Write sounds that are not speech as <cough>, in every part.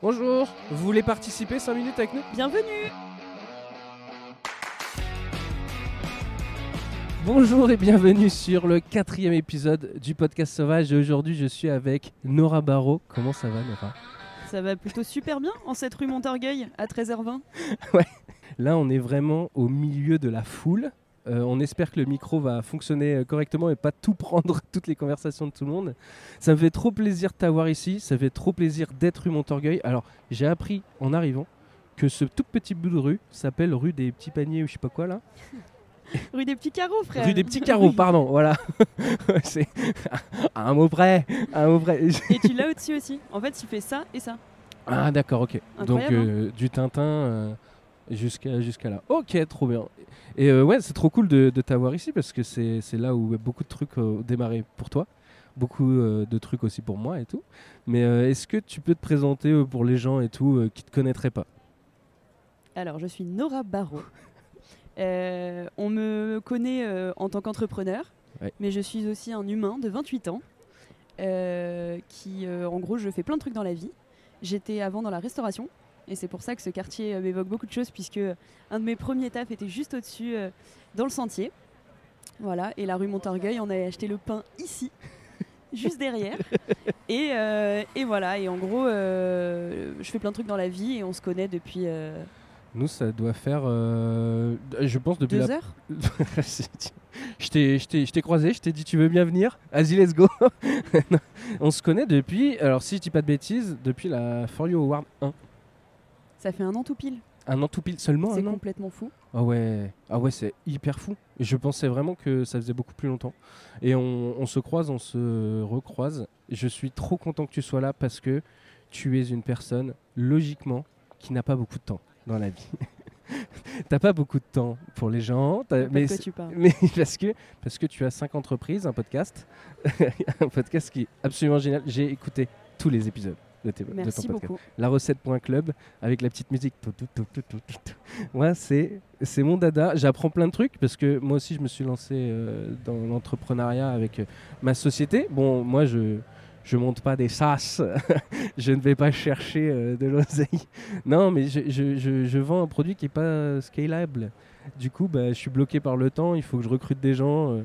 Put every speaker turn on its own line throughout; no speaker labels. Bonjour, vous voulez participer 5 minutes avec nous
Bienvenue
Bonjour et bienvenue sur le quatrième épisode du podcast Sauvage. Et aujourd'hui, je suis avec Nora Barrault. Comment ça va, Nora
Ça va plutôt super bien en cette rue Montorgueil à 13h20
Là, on est vraiment au milieu de la foule. Euh, on espère que le micro va fonctionner euh, correctement et pas tout <laughs> prendre, toutes les conversations de tout le monde. Ça me fait trop plaisir de t'avoir ici. Ça fait trop plaisir d'être rue Montorgueil. Alors, j'ai appris en arrivant que ce tout petit bout de rue s'appelle rue des petits paniers ou je sais pas quoi là.
Rue des Petits Carreaux, frère
Rue des petits carreaux, pardon, voilà. <laughs> C'est à un mot près, à un mot près.
Et tu l'as au-dessus aussi. En fait, tu fais ça et ça.
Ah d'accord, ok.
Incroyable,
Donc euh, du Tintin euh, jusqu'à jusqu'à là. Ok, trop bien. Et euh, ouais, c'est trop cool de, de t'avoir ici parce que c'est c'est là où beaucoup de trucs ont démarré pour toi. Beaucoup euh, de trucs aussi pour moi et tout. Mais euh, est-ce que tu peux te présenter euh, pour les gens et tout euh, qui te connaîtraient pas
Alors, je suis Nora Barrault. Euh, on me connaît euh, en tant qu'entrepreneur,
Ouais.
mais je suis aussi un humain de 28 ans euh, qui, euh, en gros, je fais plein de trucs dans la vie. J'étais avant dans la restauration et c'est pour ça que ce quartier euh, m'évoque beaucoup de choses puisque un de mes premiers tafs était juste au-dessus euh, dans le sentier. Voilà, et la rue Montorgueil, on avait acheté le pain ici, juste derrière. Et, euh, et voilà, et en gros, euh, je fais plein de trucs dans la vie et on se connaît depuis euh,
Nous, ça doit faire, euh, je pense, depuis
deux
la...
heures.
C'est- <laughs> je t'ai- je t'ai je t'ai croisé, je t'ai dit tu veux bien venir Vas-y, let's go <laughs> Non, On se connaît depuis, alors si je dis pas de bêtises, depuis la For You Award 1.
Ça fait un an tout pile.
Un an tout pile seulement,
c'est
un an
complètement fou.
Ah ouais, ah ouais c'est hyper fou. Je pensais vraiment que ça faisait beaucoup plus longtemps. Et on, on se croise, on se recroise. Je suis trop content que tu sois là parce que tu es une personne, logiquement, qui n'a pas beaucoup de temps dans la vie. <laughs> T'as pas beaucoup de temps pour les gens, t'as-
Mais
Euh, mais
de quoi
c'est-
tu parles
<laughs> mais parce que, parce que tu as cinq entreprises, un podcast, <laughs> un podcast qui est absolument génial. J'ai écouté tous les épisodes de, tes, Euh, de ton
Merci
podcast.
beaucoup.
La recette.club avec la petite musique. Tout, tout, tout, tout, tout, tout, tout. Moi, c'est c'est mon dada. J'apprends plein de trucs parce que moi aussi, je me suis lancé euh, dans l'entrepreneuriat avec euh, ma société. Bon, moi, je je monte pas des sas. <laughs> je ne vais pas chercher euh, de l'oseille. Non, mais je, je- je- je vends un produit qui est pas euh, scalable. Du coup, bah, je suis bloqué par le temps. Il faut que je recrute des gens. euh,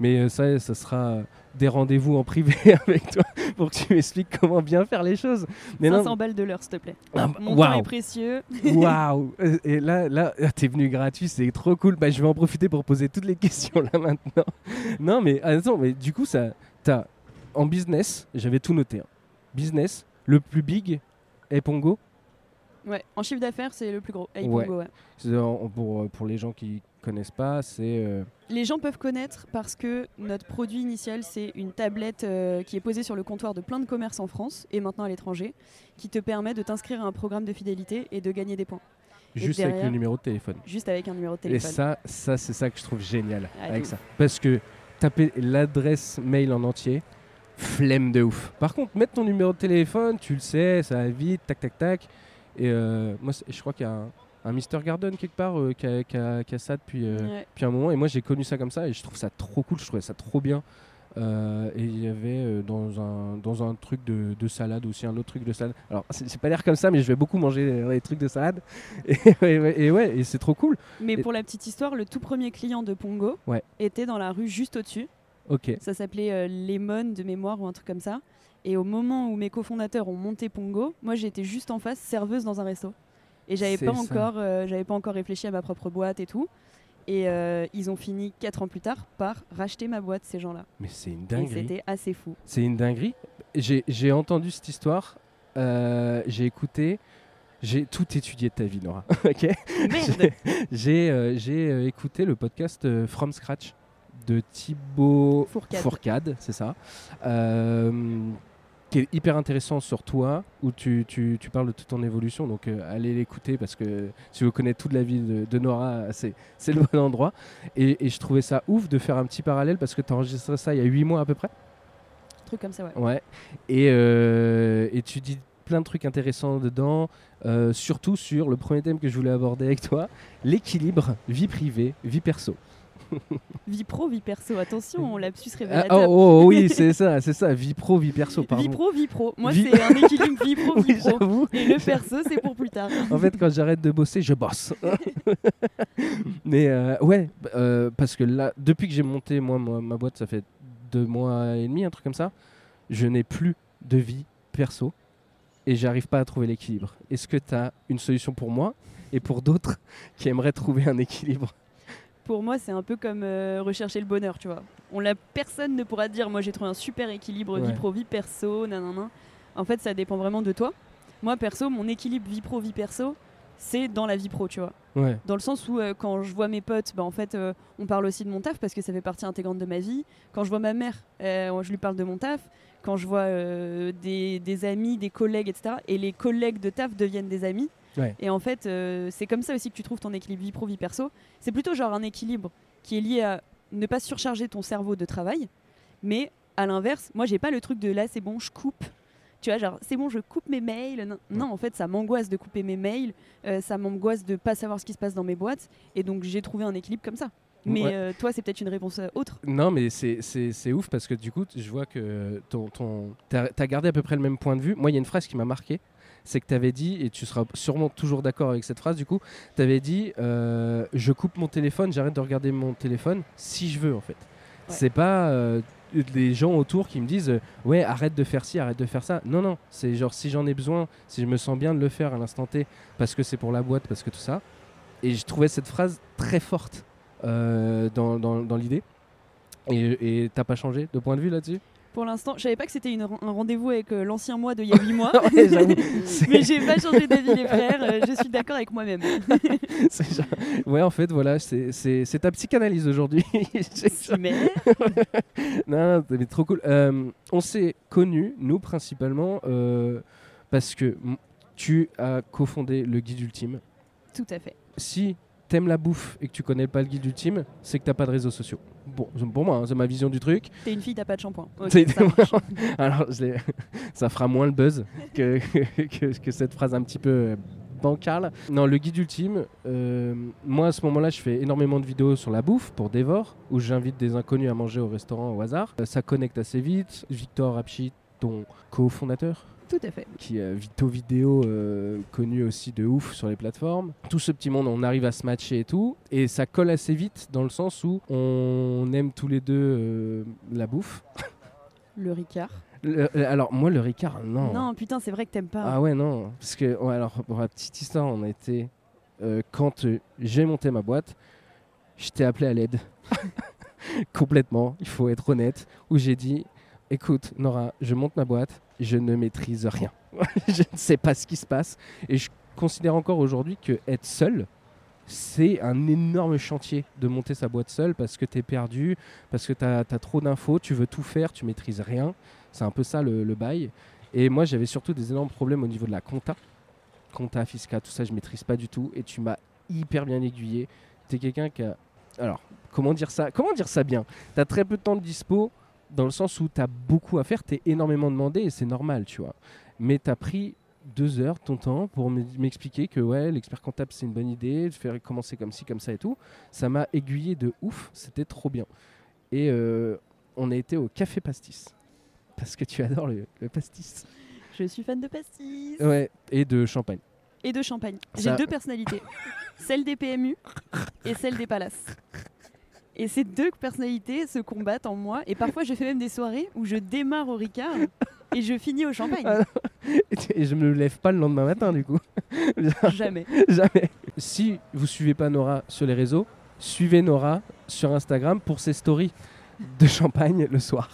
mais euh, ça, ça sera des rendez-vous en privé <laughs> avec toi pour que tu m'expliques comment bien faire les choses. Mais non,
500 balles de l'heure, s'il te plaît.
ah bah,
Mon temps est
Waouh
précieux.
<laughs> Waouh Euh, Et là, là t'es venu gratuit, c'est trop cool. Bah, je vais en profiter pour poser toutes les <laughs> questions là maintenant. Non, mais ah, attends, mais du coup, ça, t'as en business, j'avais tout noté. hein. Business, le plus big est Pongo.
Ouais. En chiffre d'affaires, c'est le plus gros. Hey,
Ouais.
Pongo, ouais.
C'est en- Pour, pour les gens qui connaissent pas, c'est euh,
Les gens peuvent connaître parce que notre produit initial, c'est une tablette euh, qui est posée sur le comptoir de plein de commerces en France et maintenant à l'étranger, qui te permet de t'inscrire à un programme de fidélité et de gagner des points,
juste avec
derrière,
le numéro de téléphone.
juste avec un numéro de
Et
téléphone.
ça, ça c'est ça que je trouve génial
Ah, de
avec
ouf.
ça. Parce que taper l'adresse mail en entier, flemme de ouf. Par contre, mettre ton numéro de téléphone, tu le sais, ça va vite, tac, tac, tac. Et euh, moi, c'est- je crois qu'il y a un, un Mister Garden quelque part euh, qui, a, qui a- qui a ça depuis, euh,
Ouais.
depuis un moment. Et moi, j'ai connu ça comme ça et je trouve ça trop cool, je trouvais ça trop bien. Euh, et il y avait euh, dans, un, dans un truc de, de salade aussi, un autre truc de salade. Alors, c'est j'ai pas l'air comme ça, mais je vais beaucoup manger euh, les trucs de salade. <laughs> Et, ouais, et ouais, et c'est trop cool.
Mais
Et-
pour la petite histoire, le tout premier client de Pongo
Ouais.
était dans la rue juste au-dessus.
Ok.
Ça s'appelait euh, Lemon de mémoire ou un truc comme ça. Et au moment où mes cofondateurs ont monté Pongo, moi j'étais juste en face serveuse dans un resto. Et j'avais
C'est
pas
ça.
encore, euh, j'avais pas encore réfléchi à ma propre boîte et tout. Et euh, ils ont fini quatre ans plus tard par racheter ma boîte ces gens-là.
Mais c'est une
Et
dinguerie.
c'était
<laughs>
assez fou.
C'est une dinguerie. J'ai j'ai entendu cette histoire, euh, j'ai écouté, j'ai tout étudié de ta vie, Nora. ok
Merde.
<laughs> J'ai- J'ai euh, j'ai, euh, écouté le podcast euh, From Scratch de Thibaut
Fourcade.
c'est ça, euh, qui est hyper intéressant sur toi, où tu, tu- tu parles de toute ton évolution. Donc euh, allez l'écouter parce que si vous connaissez toute la vie de, de Nora, c'est c'est le bon endroit. Et, et je trouvais ça ouf de faire un petit parallèle parce que tu as enregistré ça il y a 8 mois à peu près.
truc comme ça, ouais.
Ouais. Et, euh, et tu dis plein de trucs intéressants dedans, euh, surtout sur le premier thème que je voulais aborder avec toi, l'équilibre vie privée, vie perso.
vie pro, vie perso. Attention, lapsus
Ah,
révélateur.
oh, oh, oui, c'est ça, c'est ça. Vie pro, vie perso, pardon.
Euh, <laughs> vie pro, vie pro. Moi,
Vie- <laughs>
c'est un équilibre vie pro,
oui,
vie pro.
j'avoue.
Et le perso, c'est pour plus tard.
En fait, quand j'arrête de bosser, je <laughs> bosse. Mais euh, ouais, b- euh, parce que là, depuis que j'ai monté moi, moi, ma boîte, ça fait deux mois et demi, un truc comme ça, je n'ai plus de vie perso et j'arrive pas à trouver l'équilibre. Est-ce que tu as une solution pour moi et pour d'autres <laughs> qui aimeraient trouver un équilibre
Pour moi, c'est un peu comme euh, rechercher le bonheur, tu vois. On l'a, personne ne pourra dire, moi j'ai trouvé un super équilibre vie
Ouais.
pro, vie perso, nanana. En fait, ça dépend vraiment de toi. Moi, perso, mon équilibre vie pro, vie perso, c'est dans la vie pro, tu vois.
Ouais,
Dans le sens où, euh, quand je vois mes potes, bah, en fait, euh, on parle aussi de mon taf parce que ça fait partie intégrante de ma vie. Quand je vois ma mère, euh, je lui parle de mon taf. Quand je vois euh, des, des amis, des collègues, etc. Et les collègues de taf deviennent des amis.
Ouais.
Et en fait, euh, c'est comme ça aussi que tu trouves ton équilibre vie pro-vie perso. C'est plutôt genre un équilibre qui est lié à ne pas surcharger ton cerveau de travail. Mais à l'inverse, moi, j'ai pas le truc de là, c'est bon, je coupe. Tu vois, genre, c'est bon, je coupe mes mails. Non, non, en fait, ça m'angoisse de couper mes mails. euh, ça m'angoisse de pas savoir ce qui se passe dans mes boîtes. Et donc, j'ai trouvé un équilibre comme ça. Mais
Ouais.
euh, toi, c'est peut-être une réponse euh, autre.
Non, mais c'est- c'est c'est ouf parce que du coup, t- je vois que ton, ton, tu as, gardé à peu près le même point de vue. Moi, il y a une phrase qui m'a marqué. C'est que tu avais dit, et tu seras sûrement toujours d'accord avec cette phrase, du coup, tu avais dit euh, Je coupe mon téléphone, j'arrête de regarder mon téléphone si je veux, en fait. C'est pas euh, des gens autour qui me disent euh, Ouais, arrête de faire ci, arrête de faire ça. Non, non, c'est genre si j'en ai besoin, si je me sens bien de le faire à l'instant T, parce que c'est pour la boîte, parce que tout ça. Et je trouvais cette phrase très forte euh, dans, dans- dans l'idée. Et et t'as pas changé de point de vue là-dessus
Pour l'instant, je savais pas que c'était une- un rendez-vous avec euh, l'ancien moi de il y a
<laughs>
8 mois.
Ouais,
<laughs>
j'avoue, c'est-
Ah. Mais j'ai pas changé d'avis, les frères. euh, je suis d'accord avec moi-même.
c'est genre- Ouais, en fait, voilà, c'est- c'est c'est ta psychanalyse aujourd'hui. <laughs> C'est genre-
Mais
non, non, mais trop cool. Euh, on s'est connus, nous, principalement, euh, parce que mm, tu as cofondé le Guide Ultime.
tout à fait.
Si t'aimes la bouffe et que tu connais pas le Guide Ultime, c'est que t'as pas de réseaux sociaux. Bon, c'est pour moi, hein, c'est ma vision du truc.
T'es une fille, t'as pas de shampoing. Ok,
C'est-
ça marche.
<laughs> Alors, je l'ai- <laughs> ça fera moins le buzz que, <laughs> que, que cette phrase un petit peu euh, bancale. Non, le guide ultime, euh, moi à ce moment-là, je fais énormément de vidéos sur la bouffe pour Dévor, où j'invite des inconnus à manger au restaurant au hasard. Euh, ça connecte assez vite. Victor Apchit, ton cofondateur
Tout à fait.
qui est Vito Vidéo euh, connu aussi de ouf sur les plateformes. Tout ce petit monde, on arrive à se matcher et tout. Et ça colle assez vite dans le sens où on aime tous les deux euh, la bouffe.
Le Ricard.
Le- euh, alors moi le Ricard non.
Non, putain, c'est vrai que t'aimes pas.
Oh. Ah ouais non parce que ouais, alors pour la petite histoire on a été euh, quand euh, j'ai monté ma boîte je t'ai appelé à l'aide <laughs> complètement il faut être honnête où j'ai dit écoute Nora je monte ma boîte je ne maîtrise rien <laughs> je ne sais pas ce qui se passe et je considère encore aujourd'hui que être seul c'est un énorme chantier de monter sa boîte seule parce que t'es perdu, parce que t'as as trop d'infos, tu veux tout faire, tu maîtrises rien. C'est un peu ça le, le bail. Et moi, j'avais surtout des énormes problèmes au niveau de la compta. Compta, fisca, tout ça, je maîtrise pas du tout. Et tu m'as hyper bien aiguillé. Tu es quelqu'un qui a. Alors, comment dire ça Comment dire ça bien Tu as très peu de temps de dispo, dans le sens où tu as beaucoup à faire, tu es énormément demandé, et c'est normal, tu vois. Mais tu as pris deux heures de ton temps pour me- m'expliquer que ouais l'expert comptable c'est une bonne idée de faire commencer comme ci comme ça et tout ça m'a aiguillé de ouf c'était trop bien et euh, on a été au café pastis parce que tu adores le- le pastis
Je suis fan de pastis.
Ouais, et de champagne.
Et de champagne.
Ça-
J'ai
<laughs>
deux personnalités. celle des PMU et celle des palaces. Et ces deux personnalités se combattent en moi. Et parfois, je fais même des soirées où je démarre au Ricard et je finis au
<laughs>
champagne.
Ah, <laughs> Et je me lève pas le lendemain matin, <laughs> du coup.
Jamais.
Jamais. Si vous suivez pas Nora sur les réseaux, suivez Nora sur Instagram pour ses stories de champagne le soir.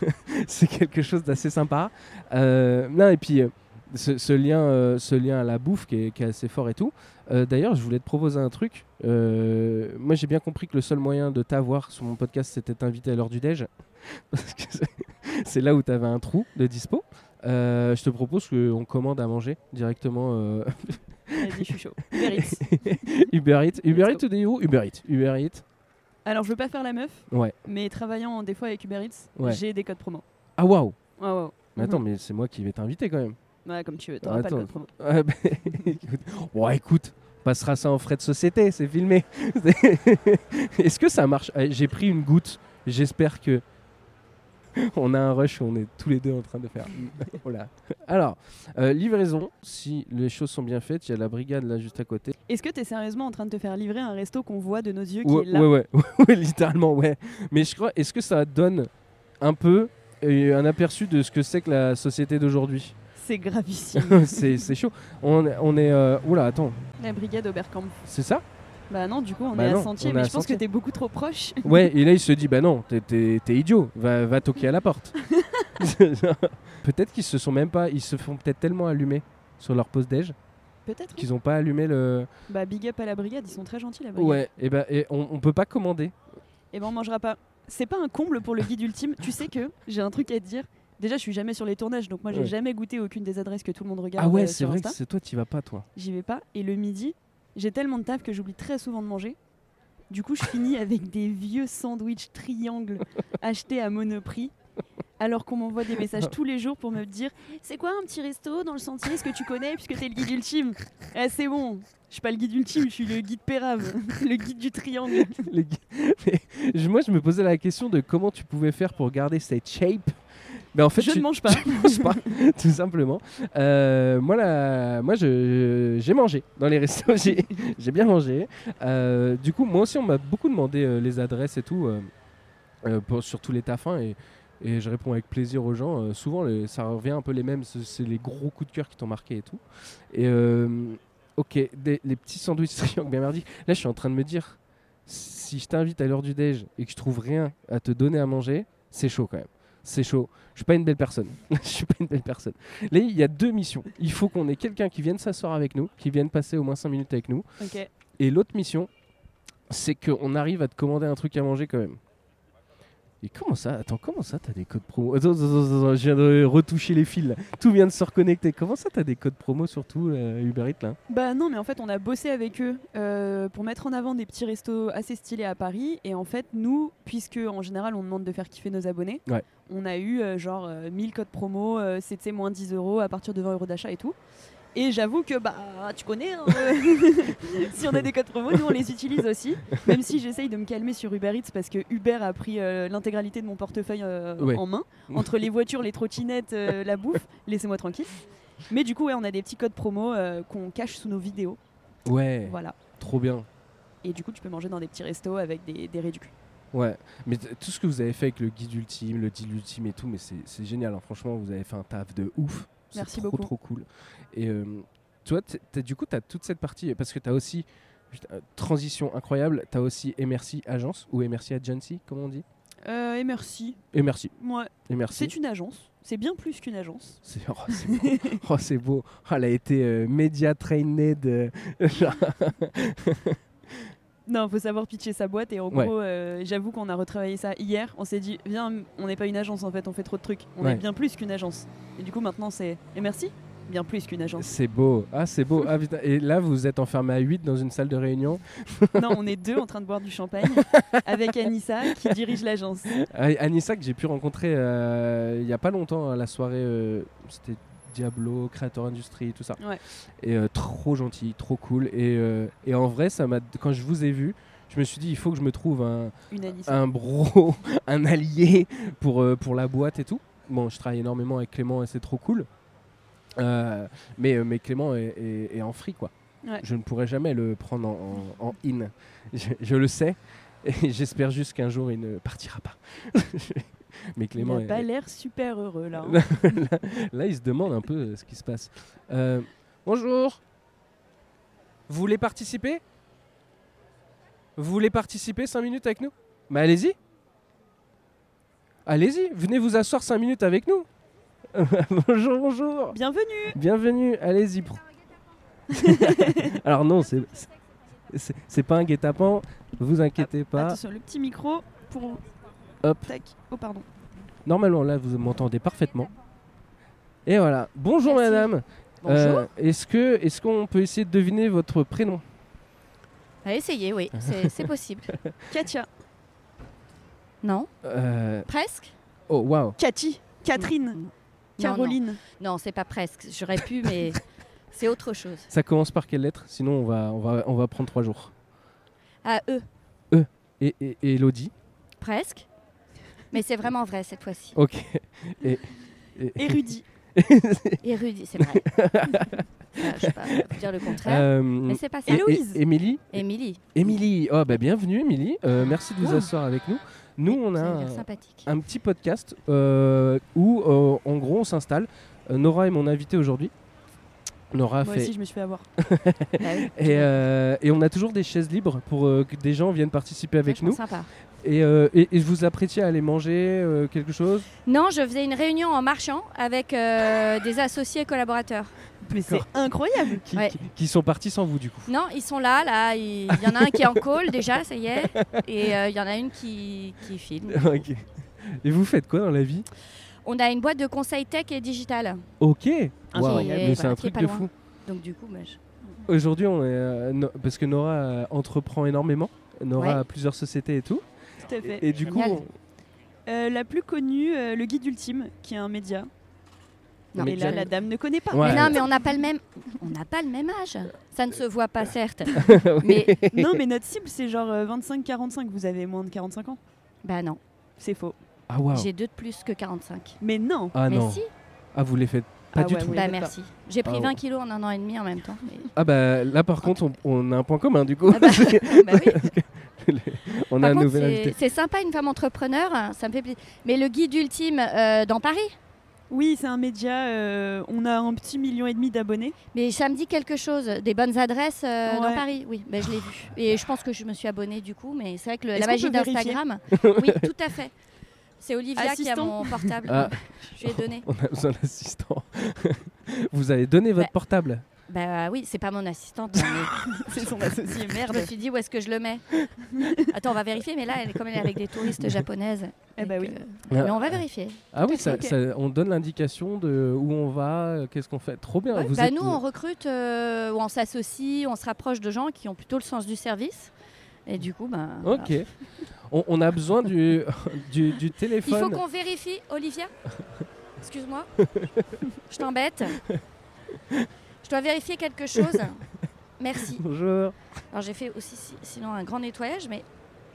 <laughs> C'est quelque chose d'assez sympa. Euh, non, et puis, euh, ce, ce lien, euh, ce lien à la bouffe qui est, qui est assez fort et tout. Euh, D'ailleurs, je voulais te proposer un truc. Euh, moi, j'ai bien compris que le seul moyen de t'avoir sur mon podcast, c'était de t'inviter à l'heure du déj. <laughs> Parce que c'est- c'est là où tu avais un trou de dispo. Euh, je te propose qu'on commande à manger directement euh,
Vas-y, je suis chaud. Mérite.
Uber Eats. Uber
Let's
Eats ou Deliveroo Uber Eats. Uber Eats.
Alors, je veux pas faire la meuf,
Ouais.
mais travaillant des fois avec Uber Eats,
Ouais.
j'ai des codes promo.
Ah waouh
Ouais, ouais, Mhm. ouais.
Mais attends, mais c'est moi qui vais t'inviter quand même.
Ouais, comme tu veux, t'auras pas
Attends.
le code promo.
Ouais, bah, écoute. Bon, écoute, passera ça en frais de société, c'est filmé. <laughs> Est-ce que ça marche Euh, J'ai pris une goutte, j'espère que. <laughs> On a un rush où on est tous les deux en train de faire. voilà. Alors, euh, livraison, si les choses sont bien faites, il y a la brigade là juste à côté.
Est-ce que t'es sérieusement en train de te faire livrer un resto qu'on voit de nos yeux qui
Ouais,
est là
ouais, ouais, Ouais, <laughs> littéralement, ouais. Mais je crois, est-ce que ça donne un peu euh, un aperçu de ce que c'est que la société d'aujourd'hui <laughs>
C'est gravissime.
C'est c'est chaud. On, est- on est. euh, Oula, attends,
La brigade Oberkampf.
c'est
<laughs>
ça
Bah non, du coup, on
Bah
est
non,
à Sentier,
on est
mais
à
je pense
Sentier.
que t'es beaucoup trop proche.
Ouais, et là il se dit bah non, t'es- t'es t'es idiot, va, va toquer à la
<laughs>
porte. <laughs> peut-être qu'ils se sont même pas, ils se font peut-être tellement allumer sur leur pause déj
Peut-être.
qu'ils ont pas allumé le.
Bah big up à la brigade, ils sont très gentils la brigade.
Ouais, et ben et on, on peut pas commander.
Et ben on mangera pas. C'est pas un comble pour le guide ultime. tu sais que j'ai un truc à te dire. Déjà, je suis jamais sur les tournages, donc moi j'ai
Ouais.
jamais goûté aucune des adresses que tout le monde regarde.
Ah
euh,
ouais, c'est
sur
vrai que
Insta.
c'est toi, t'y vas pas toi.
J'y vais pas. Et le midi, j'ai tellement de taf que j'oublie très souvent de manger. Du coup, je finis avec des vieux sandwichs triangles achetés à Monoprix. Alors qu'on m'envoie des messages tous les jours pour me dire C'est quoi un petit resto dans le sentier Est-ce que tu connais Puisque t'es le guide ultime. Eh, c'est bon. Je suis pas le guide ultime, je suis le guide pérave. <laughs> le guide du triangle.
<laughs> Les gars- mais je- moi, je me posais la question de comment tu pouvais faire pour garder cette shape. Mais en fait,
je
tu
ne mange pas.
tu ne manges pas, <laughs> tout simplement. Euh, moi, la- moi je- j'ai mangé dans les restos, <laughs> j'ai j'ai bien mangé. Euh, du coup, moi aussi, on m'a beaucoup demandé euh, les adresses et tout, euh, euh, pour- sur tous les taffins. Et, et je réponds avec plaisir aux gens. Euh, souvent, le- ça revient un peu les mêmes. C'est c'est les gros coups de cœur qui t'ont marqué et tout. Et euh, ok, des- les petits sandwichs <laughs> triangles bien merdis. Là, je suis en train de me dire, si je t'invite à l'heure du déj et que je trouve rien à te donner à manger, c'est chaud quand même. C'est chaud. Je suis pas une belle personne. <laughs> je suis pas une belle personne. Là, il y a deux missions. Il faut qu'on ait quelqu'un qui vienne s'asseoir avec nous, qui vienne passer au moins 5 minutes avec nous.
Ok.
Et l'autre mission, c'est qu'on arrive à te commander un truc à manger quand même. Et comment ça Attends, comment ça t'as des codes promo attends, attends, attends, attends, je viens de retoucher les fils. là. Tout vient de se reconnecter. Comment ça t'as des codes promo surtout Uber Eats là
Bah non, mais en fait, on a bossé avec eux euh, pour mettre en avant des petits restos assez stylés à Paris. Et en fait, nous, puisque en général, on demande de faire kiffer nos abonnés,
Ouais.
on a eu euh, genre euh, 1000 codes promo, euh, c'était moins 10 euros à partir de 20 euros d'achat et tout. Et j'avoue que, bah, tu
<laughs>
connais, hein, euh, <laughs> si on a des codes promo, nous, on les utilise aussi. Même si j'essaye de me calmer sur Uber Eats parce que Uber a pris euh, l'intégralité de mon portefeuille euh,
Ouais.
en main, entre les voitures, les trottinettes, euh, la bouffe, laissez-moi tranquille. Mais du coup, ouais, on a des petits codes promo euh, qu'on cache sous nos vidéos.
Ouais,
Voilà.
trop bien.
Et du coup, tu peux manger dans des petits restos avec des, des réductions.
Ouais, mais t- tout ce que vous avez fait avec le guide ultime, le deal ultime et tout, mais c'est c'est génial. hein. Franchement, vous avez fait un taf de ouf. C'est
Merci
trop,
beaucoup.
trop cool. Et euh, toi, t- t'as- du coup, tu as toute cette partie, parce que tu as aussi, putain, euh, transition incroyable, tu as aussi MRC Agence ou MRC Agency, comme on dit
Euh, et merci.
MRC.
Moi,
MRC.
c'est une agence. C'est bien plus qu'une agence.
C'est oh, c'est beau. Oh, c'est beau. Oh, elle a été euh, media trained. euh, <laughs> genre.
Non, faut savoir pitcher sa boîte. Et en
Ouais.
gros, euh, j'avoue qu'on a retravaillé ça hier. On s'est dit, viens, on n'est pas une agence en fait, on fait trop de trucs. On
Ouais.
est bien plus qu'une agence. Et du coup, maintenant, c'est. Et merci Bien plus
<laughs>
qu'une agence.
c'est beau. Ah, c'est beau. Ah, putain. Et là, vous êtes enfermé à 8 dans une salle de réunion.
non, on est deux en train de boire du champagne avec Anissa qui dirige l'agence.
Ah, et Anissa que j'ai pu rencontrer euh, il y a pas longtemps à la soirée, euh, c'était Diablo, Creator Industry, tout ça.
Ouais.
Et euh, trop gentil, trop cool. Et, euh, et en vrai, ça m'a quand je vous ai vu, je me suis dit il faut que je me trouve un,
Une Anissa.
un bro, <laughs> un allié pour, euh, pour la boîte et tout. Bon, je travaille énormément avec Clément et c'est trop cool. Euh, mais, euh, mais Clément est, est- est en free quoi.
Ouais.
Je ne pourrais jamais le prendre en, en- en in. Je, je le sais et <laughs> j'espère juste qu'un jour il ne partira pas. <laughs> mais
Il
Clément,
n'a
est-
pas l'air super
<laughs>
heureux là. hein.
là, là, il se demande un peu euh, ce qui se passe. Euh, bonjour. Vous voulez participer Vous voulez participer 5 minutes avec nous Mais allez-y. Allez-y, venez vous asseoir 5 minutes avec nous. <laughs> bonjour, bonjour.
Bienvenue
Bienvenue, allez-y. Pro- <laughs> Alors non, c'est c'est- c'est pas un guet-apens, vous
Ah,
inquiétez pas.
Attention, le petit micro pour.
Hop.
Tac. Oh, pardon.
Normalement là, vous m'entendez parfaitement. Et voilà. Bonjour
Merci.
madame.
Bonjour.
Euh, est-ce que est-ce qu'on peut essayer de deviner votre prénom
À
<laughs>
essayer, oui, c'est c'est possible.
Katia,
Non
Euh,
Presque
Oh waouh.
Cathy, Catherine,
Non, non.
Caroline.
<laughs>
Non, c'est pas presque. J'aurais pu, mais C'est autre chose.
Ça commence par quelle lettre Sinon, on va, on, va, on va prendre trois jours.
À eux,
Et, et, et Elodie
presque. Mais c'est vraiment vrai cette
<laughs>
fois-ci.
Ok. Et, et- <laughs>
Érudit.
Érudit, c'est vrai. Enfin, je ne vais pas dire le contraire.
Euh,
mais c'est pas ça.
et- et-
Héloïse.
Émilie
Émilie.
Émilie Oh, bah, Bienvenue, Émilie. Euh, merci de vous
Ah.
Wow.
asseoir avec nous. Nous, on
Vous
a
avez l'air
un-
sympathique.
un petit podcast euh, où, euh, en gros, on s'installe. Euh, Nora est mon invitée aujourd'hui. Nora
Moi
Ah, fait.
aussi, je me suis fait avoir.
Bah oui, tu
Et,
vois.
euh, et on a toujours des chaises libres pour euh, que des gens viennent participer avec
Vachement
nous.
Sympa.
Et, euh, et, et vous apprêtiez à aller manger euh, quelque chose
Non, je faisais une réunion en marchant avec euh, des associés collaborateurs.
Mais c'est
D'accord.
incroyable.
qui,
Ouais.
qui- qui sont partis sans vous, du coup. <laughs>
Non, ils sont là, là. Il il y en a un qui est en call déjà, ça y est. Et euh, il y en a une qui, qui
<laughs>
filme.
Ok. Et vous faites quoi dans la vie
On a une boîte de conseil tech et digital.
Ok.
Incroyable.
Mais c'est
Qui
un
est
truc
pas
de
loin.
fou.
Donc du coup, bah, je-
Aujourd'hui, on est euh, no- parce que Nora euh, entreprend énormément. Nora
Ouais.
a plusieurs sociétés et tout.
Tout à fait.
Et, et du coup,
Génial.
on-
Euh, la plus connue, euh, le guide ultime, qui est un média.
Non,
et
Mais
là,
quel-
la dame ne connaît pas.
Ouais.
Mais non, mais on n'a pas le même, on n'a pas le même âge. Ça ne se
<laughs>
voit pas certes,
Ah Oui.
mais
non,
<laughs>
mais notre cible, c'est genre 25-45. Vous avez moins de 45 ans.
bah non,
C'est faux.
ah waouh.
j'ai deux de plus que 45.
Mais non.
Ah
mais
non.
si,
Ah vous les faites pas
Ah
du
ouais,
tout.
oui.
bah
les faites
merci. J'ai pris
Ah ouais.
20 kilos en un an et demi en même temps.
<laughs>
mais-
Ah bah là par contre, on, on a un point commun du coup. <laughs>
Ah bah, bah oui.
on a
Par
un
contre,
nouvel
c'est-
invité. <laughs>
c'est sympa une femme entrepreneur, hein, ça me fait plaisir. Mais le guide ultime euh, dans Paris,
Oui, c'est un média. euh, on a un petit million et demi d'abonnés.
mais ça me dit quelque chose. Des bonnes adresses euh, dans
Ouais.
Paris, oui, bah, je l'ai vu. Et je pense que je me suis abonnée du coup, mais c'est vrai que le-
Est-ce
la
qu'on
magie
peut vérifier <laughs>
d'Instagram. oui, tout à fait. C'est Olivia qui a
Assistant.
mon portable.
Ah.
Je lui ai donné.
On a besoin d'assistant. <laughs> vous avez donné votre
Bah.
portable.
Bah oui, c'est pas mon assistante. mais- <laughs>
C'est son associé.
Je
Merde.
me suis dit où est-ce que je le mets Attends, on va vérifier, mais là, elle, comme elle est avec des touristes japonaises.
Eh bah
donc,
oui.
euh, mais on va vérifier.
Ah oui, ça,
Ok.
ça- on donne l'indication de où on va, euh, qu'est-ce qu'on fait. Trop bien. vous
bah,
êtes-
nous, on recrute euh, ou on s'associe, on se rapproche de gens qui ont plutôt le sens du service. Et du coup, bah, voilà.
Ok. On, on a besoin du, <laughs> du, du
il faut
téléphone.
qu'on vérifie,
<laughs>
Olivia. Excuse-moi, je t'embête. Je dois vérifier
<laughs>
quelque chose. Merci.
Bonjour.
Alors j'ai fait aussi si- sinon un grand nettoyage, mais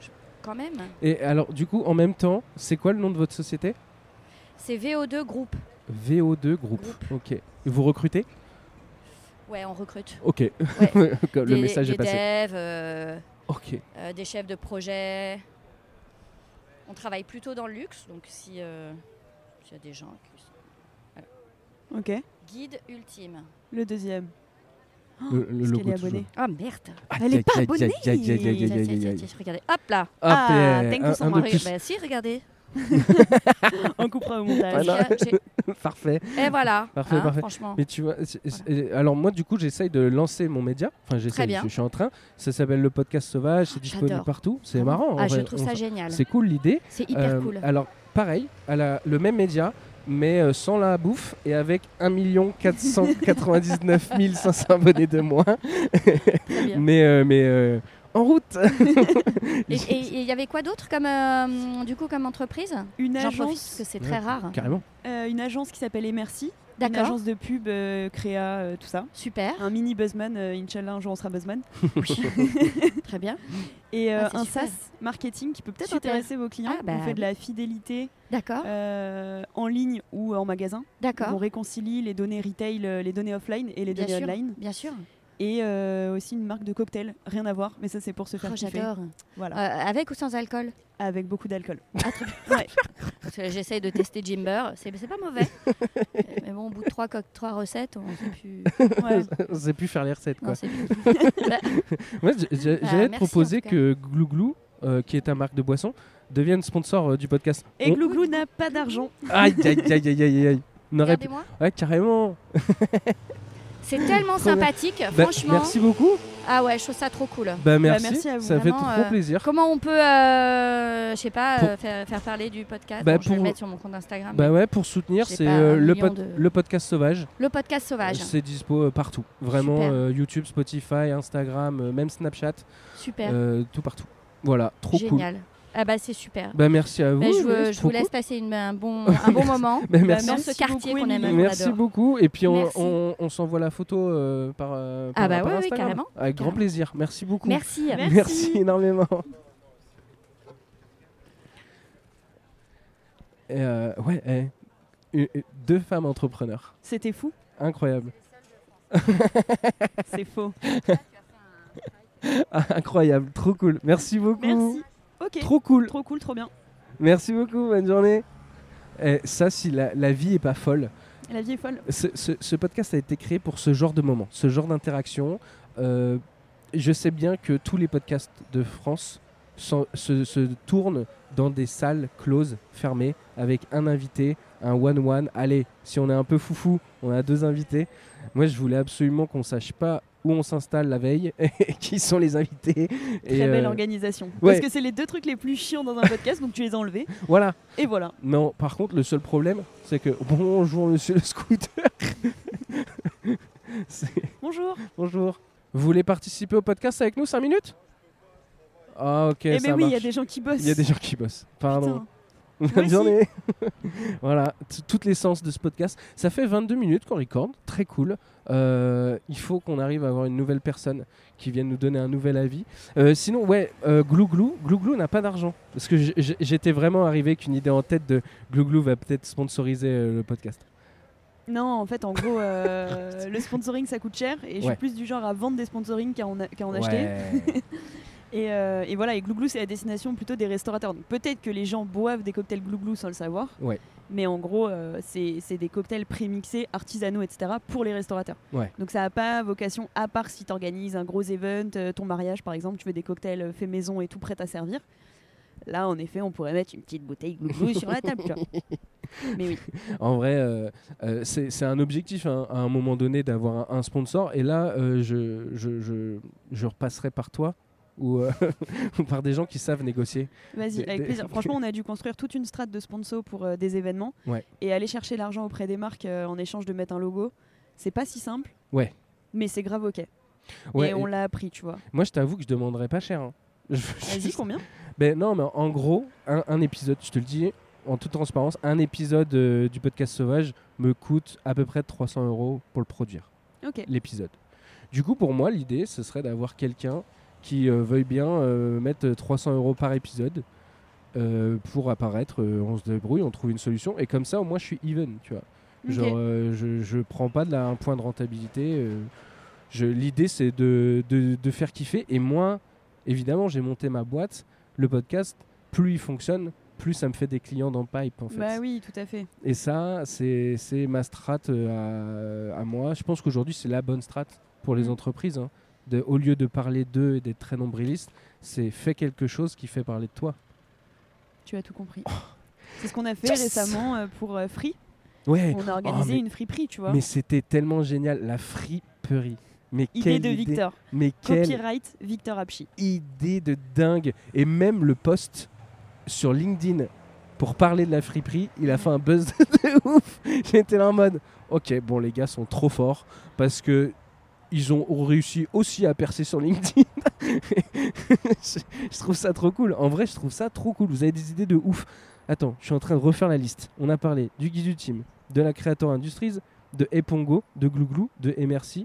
je- quand même.
Et alors, du coup, en même temps, c'est quoi le nom de votre société
C'est VO2 groupe.
VO2 Group. Ok. Et vous recrutez
Ouais, on recrute.
Ok. <laughs> le
Des-
message
des
est passé.
devs, euh,
Ok.
euh, des chefs de projet. On travaille plutôt dans le luxe, donc si euh, s'il y a des gens qui sont...
Ok.
Guide ultime.
Le deuxième.
Le, le
Parce
logo
qu'elle est
toujours.
abonnée.
Ah merde
Ah,
Elle est pas
aïe, aïe, aïe, aïe, aïe, aïe,
Tiens,
aïe,
tiens,
aïe,
tiens,
aïe.
tiens, Regardez, hop là
Hop,
Ah,
et
thank
un-
you so
un de
much.
plus.
Bah si, regardez
On coupera au montage.
Parce que
<laughs>
j'ai-
Parfait.
Et voilà
Parfait,
hein,
parfait.
Franchement,
Mais tu vois, c'est- c'est- et alors moi du coup j'essaye de lancer mon média. Enfin j'essaye,
bien. Ah,
je, je suis en train. Ça s'appelle le podcast sauvage, c'est disponible
j'adore.
partout. C'est
Vraiment.
marrant. en
Ah, je
vrai.
trouve
On-
ça génial.
C'est cool l'idée.
C'est hyper
Euh,
cool.
Alors pareil, à la- le même média, mais euh, sans la bouffe et avec 1
<laughs>
499 500 abonnés de moins.
Très bien.
Mais, euh, mais euh, en route. <laughs>
Et- Et et il y avait quoi d'autre comme euh, du coup comme entreprise
Une
J'en profite parce
agence,
que c'est très
Ouais,
rare.
Carrément.
euh, une agence qui s'appelle Emercy. Une
D'accord.
agence de pub, euh, créa, euh, tout ça.
Super.
Un mini buzzman. euh, Inch'Allah, un jour on sera buzzman.
Très bien.
Et euh,
Ah, c'est
un
super.
SaaS marketing qui peut peut-être
Super.
intéresser vos clients.
Ah, bah
on fait
oui.
de la fidélité
D'accord.
euh, en ligne ou en magasin. On
Ah. D'accord.
réconcilie les données retail, euh, les données offline et les
Bien
données
sûr.
online.
Bien sûr.
Et euh, aussi une marque de cocktail, rien à voir, mais ça c'est pour se faire
Oh,
kiffer.
J'adore. Ah.
Voilà,
Euh, avec ou sans alcool
avec beaucoup
<laughs>
d'alcool.
Parce que J'essaye de tester Jimber, c'est c'est pas mauvais.
<laughs>
Euh, Mais bon, au bout de trois, co- trois recettes, on sait plus.
Ouais.
On sait plus faire les recettes.
Non,
Quoi.
c'est plus. Bah,
Moi, j- j-
Bah,
j'allais te
merci,
proposer
en tout cas.
que Glouglou, euh, qui est ta marque de boisson, devienne sponsor euh, du podcast.
Et
On-
Glouglou n'a pas d'argent.
Aïe, aïe, aïe, aïe, aïe, aïe. On aurait pu...
Regardez-moi.
Ouais, carrément.
C'est tellement
Trop bien.
sympathique,
Bah,
franchement.
merci beaucoup.
Ah ouais, je trouve ça trop cool.
Bah, merci.
merci à vous.
Ça fait
Vraiment,
trop
euh,
plaisir.
Comment on peut, euh, je sais pas,
Pour-
euh, faire, faire parler du podcast
Bah,
Bon, Je vais le
pour-
mettre sur mon compte Instagram.
Bah ouais, pour soutenir,
J'ai
c'est
pas
euh,
un
le,
million
pod-
de-
le podcast sauvage.
Le podcast sauvage,
Euh, C'est dispo euh, partout. Vraiment,
Super.
euh, YouTube, Spotify, Instagram, euh, même Snapchat,
super,
euh, tout partout. Voilà, trop
génial. Ah bah c'est super.
Bah, merci à vous.
Bah, je vous,
Trop
je vous
cool.
laisse passer une- un
<laughs>
bon, un bon moment
Bah, merci.
dans ce
Merci
quartier
beaucoup,
qu'on aime.
Émilie.
qu'on
Merci
adore.
beaucoup. Et puis on,
Merci.
on- on s'envoie la photo euh, par, euh,
Ah
par-
bah
par
ouais, ouais,
Instagram.
carrément.
Avec grand
Carrément.
plaisir. Merci beaucoup.
Merci.
Merci.
énormément. Et, euh, ouais, eh, une- une- deux femmes entrepreneurs.
C'était fou.
Incroyable. <laughs>
C'est faux.
Ah, Incroyable. Trop cool. Merci beaucoup.
Merci.
Oh.
Ok.
Trop cool.
Trop cool, trop bien.
Merci beaucoup. Bonne journée. Eh, ça, si la, la vie est pas folle,
La vie est folle.
ce, ce- ce podcast a été créé pour ce genre de moment, ce genre d'interaction. Euh, je sais bien que tous les podcasts de France s'en- se, se tournent dans des salles closes, fermées, avec un invité, un one-one. Allez, si on est un peu foufou, on a deux invités. Moi, je voulais absolument qu'on sache pas où on s'installe la veille <laughs> et qui sont les invités.
Très
Et,
belle
euh,
organisation.
ouais.
Parce que c'est les deux trucs les plus chiants dans un podcast, donc tu les as enlevés.
Voilà.
Et voilà.
Non, par contre, le seul problème, c'est que bonjour, monsieur le scooter. C'est-
Bonjour.
Bonjour. Vous voulez participer au podcast avec nous 5 minutes Ah ok,
eh
ça
mais oui, il y a
marche.
des gens qui bossent.
Il y a des gens qui bossent. Pardon.
Putain.
Bonne
Moi
journée. <laughs> voilà, t- toute l'essence de ce podcast. Ça fait 22 minutes qu'on recorde, très cool. Euh, il faut qu'on arrive à avoir une nouvelle personne qui vienne nous donner un nouvel avis. Euh, sinon, ouais, euh, Glouglou, Glouglou n'a pas d'argent. Parce que j- j- j'étais vraiment arrivé avec une idée en tête de Glouglou va peut-être sponsoriser euh, le podcast.
Non, en fait, en gros,
<laughs>
euh, le sponsoring ça coûte cher et je
Ouais.
suis plus du genre à vendre des sponsorings qu'à en, a- qu'à en acheter.
Ouais.
Et, euh, et voilà, et Glouglou c'est la destination plutôt des restaurateurs. Donc peut-être que les gens boivent des cocktails Glouglou sans le savoir.
Ouais.
Mais en gros, euh, c'est c'est des cocktails prémixés, artisanaux, etc. pour les restaurateurs.
Ouais.
Donc ça n'a pas vocation, à part si tu organises un gros event, euh, ton mariage par exemple, tu veux des cocktails euh, faits maison et tout prêt à servir. Là, en effet, on pourrait mettre une petite bouteille Glouglou sur
<laughs>
la table. tu vois. Mais oui.
En vrai, euh, euh, c'est c'est un objectif hein, à un moment donné d'avoir un, un sponsor. Et là, euh, je, je, je, je repasserai par toi ou, euh, <laughs> ou par des gens qui savent négocier.
Vas-y,
Des-
avec
des-
plaisir. Franchement, on a dû construire toute une strate de sponsors pour euh, des événements
Ouais.
et aller chercher l'argent auprès des marques euh, en échange de mettre un logo. C'est pas si simple.
Ouais.
Mais c'est grave ok.
Ouais,
et on l'a appris, tu vois.
Moi, je t'avoue que je demanderais pas cher. hein. Je-
Vas-y, combien
Ben non, mais en gros, un, un épisode, je te le dis en toute transparence, un épisode euh, du podcast Sauvage me coûte à peu près 300 euros pour le produire.
Ok.
l'épisode. Du coup, pour moi, l'idée, ce serait d'avoir quelqu'un qui euh, veuille bien euh, mettre 300 euros par épisode euh, pour apparaître. euh, on se débrouille, on trouve une solution. Et comme ça, au moins, je suis even, tu vois.
Ok.
Genre, euh, je, je prends pas de la, un point de rentabilité. euh, je- l'idée, c'est de, de- de faire kiffer. Et moi, évidemment, j'ai monté ma boîte. Le podcast, plus il fonctionne, plus ça me fait des clients dans le pipe, en fait.
Bah oui, tout à fait.
Et ça, c'est c'est ma strat euh, à, à moi. Je pense qu'aujourd'hui, c'est la bonne strat pour les
Mm.
entreprises. hein. De- au lieu de parler d'eux et d'être très nombriliste, c'est fais quelque chose qui fait parler de toi.
Tu as tout compris. C'est ce qu'on a fait
Oh. Yes
récemment euh, pour euh, Free.
Ouais,
On a organisé
mais-
une friperie, tu vois.
mais c'était tellement génial, la friperie. Mais
Idée
quelle
de
idée,
Victor.
Mais quelle
Copyright Victor Apchi.
idée de dingue. Et même le post sur LinkedIn pour parler de la friperie, il a fait un buzz <laughs> de ouf. J'étais là en mode, ok, bon, les gars sont trop forts parce que ils ont réussi aussi à percer sur LinkedIn. <laughs> je, je trouve ça trop cool. En vrai, je trouve ça trop cool. Vous avez des idées de ouf. Attends, je suis en train de refaire la liste. On a parlé du Guide du Team, de la Creator Industries, de Epongo, de Glouglou, de MRC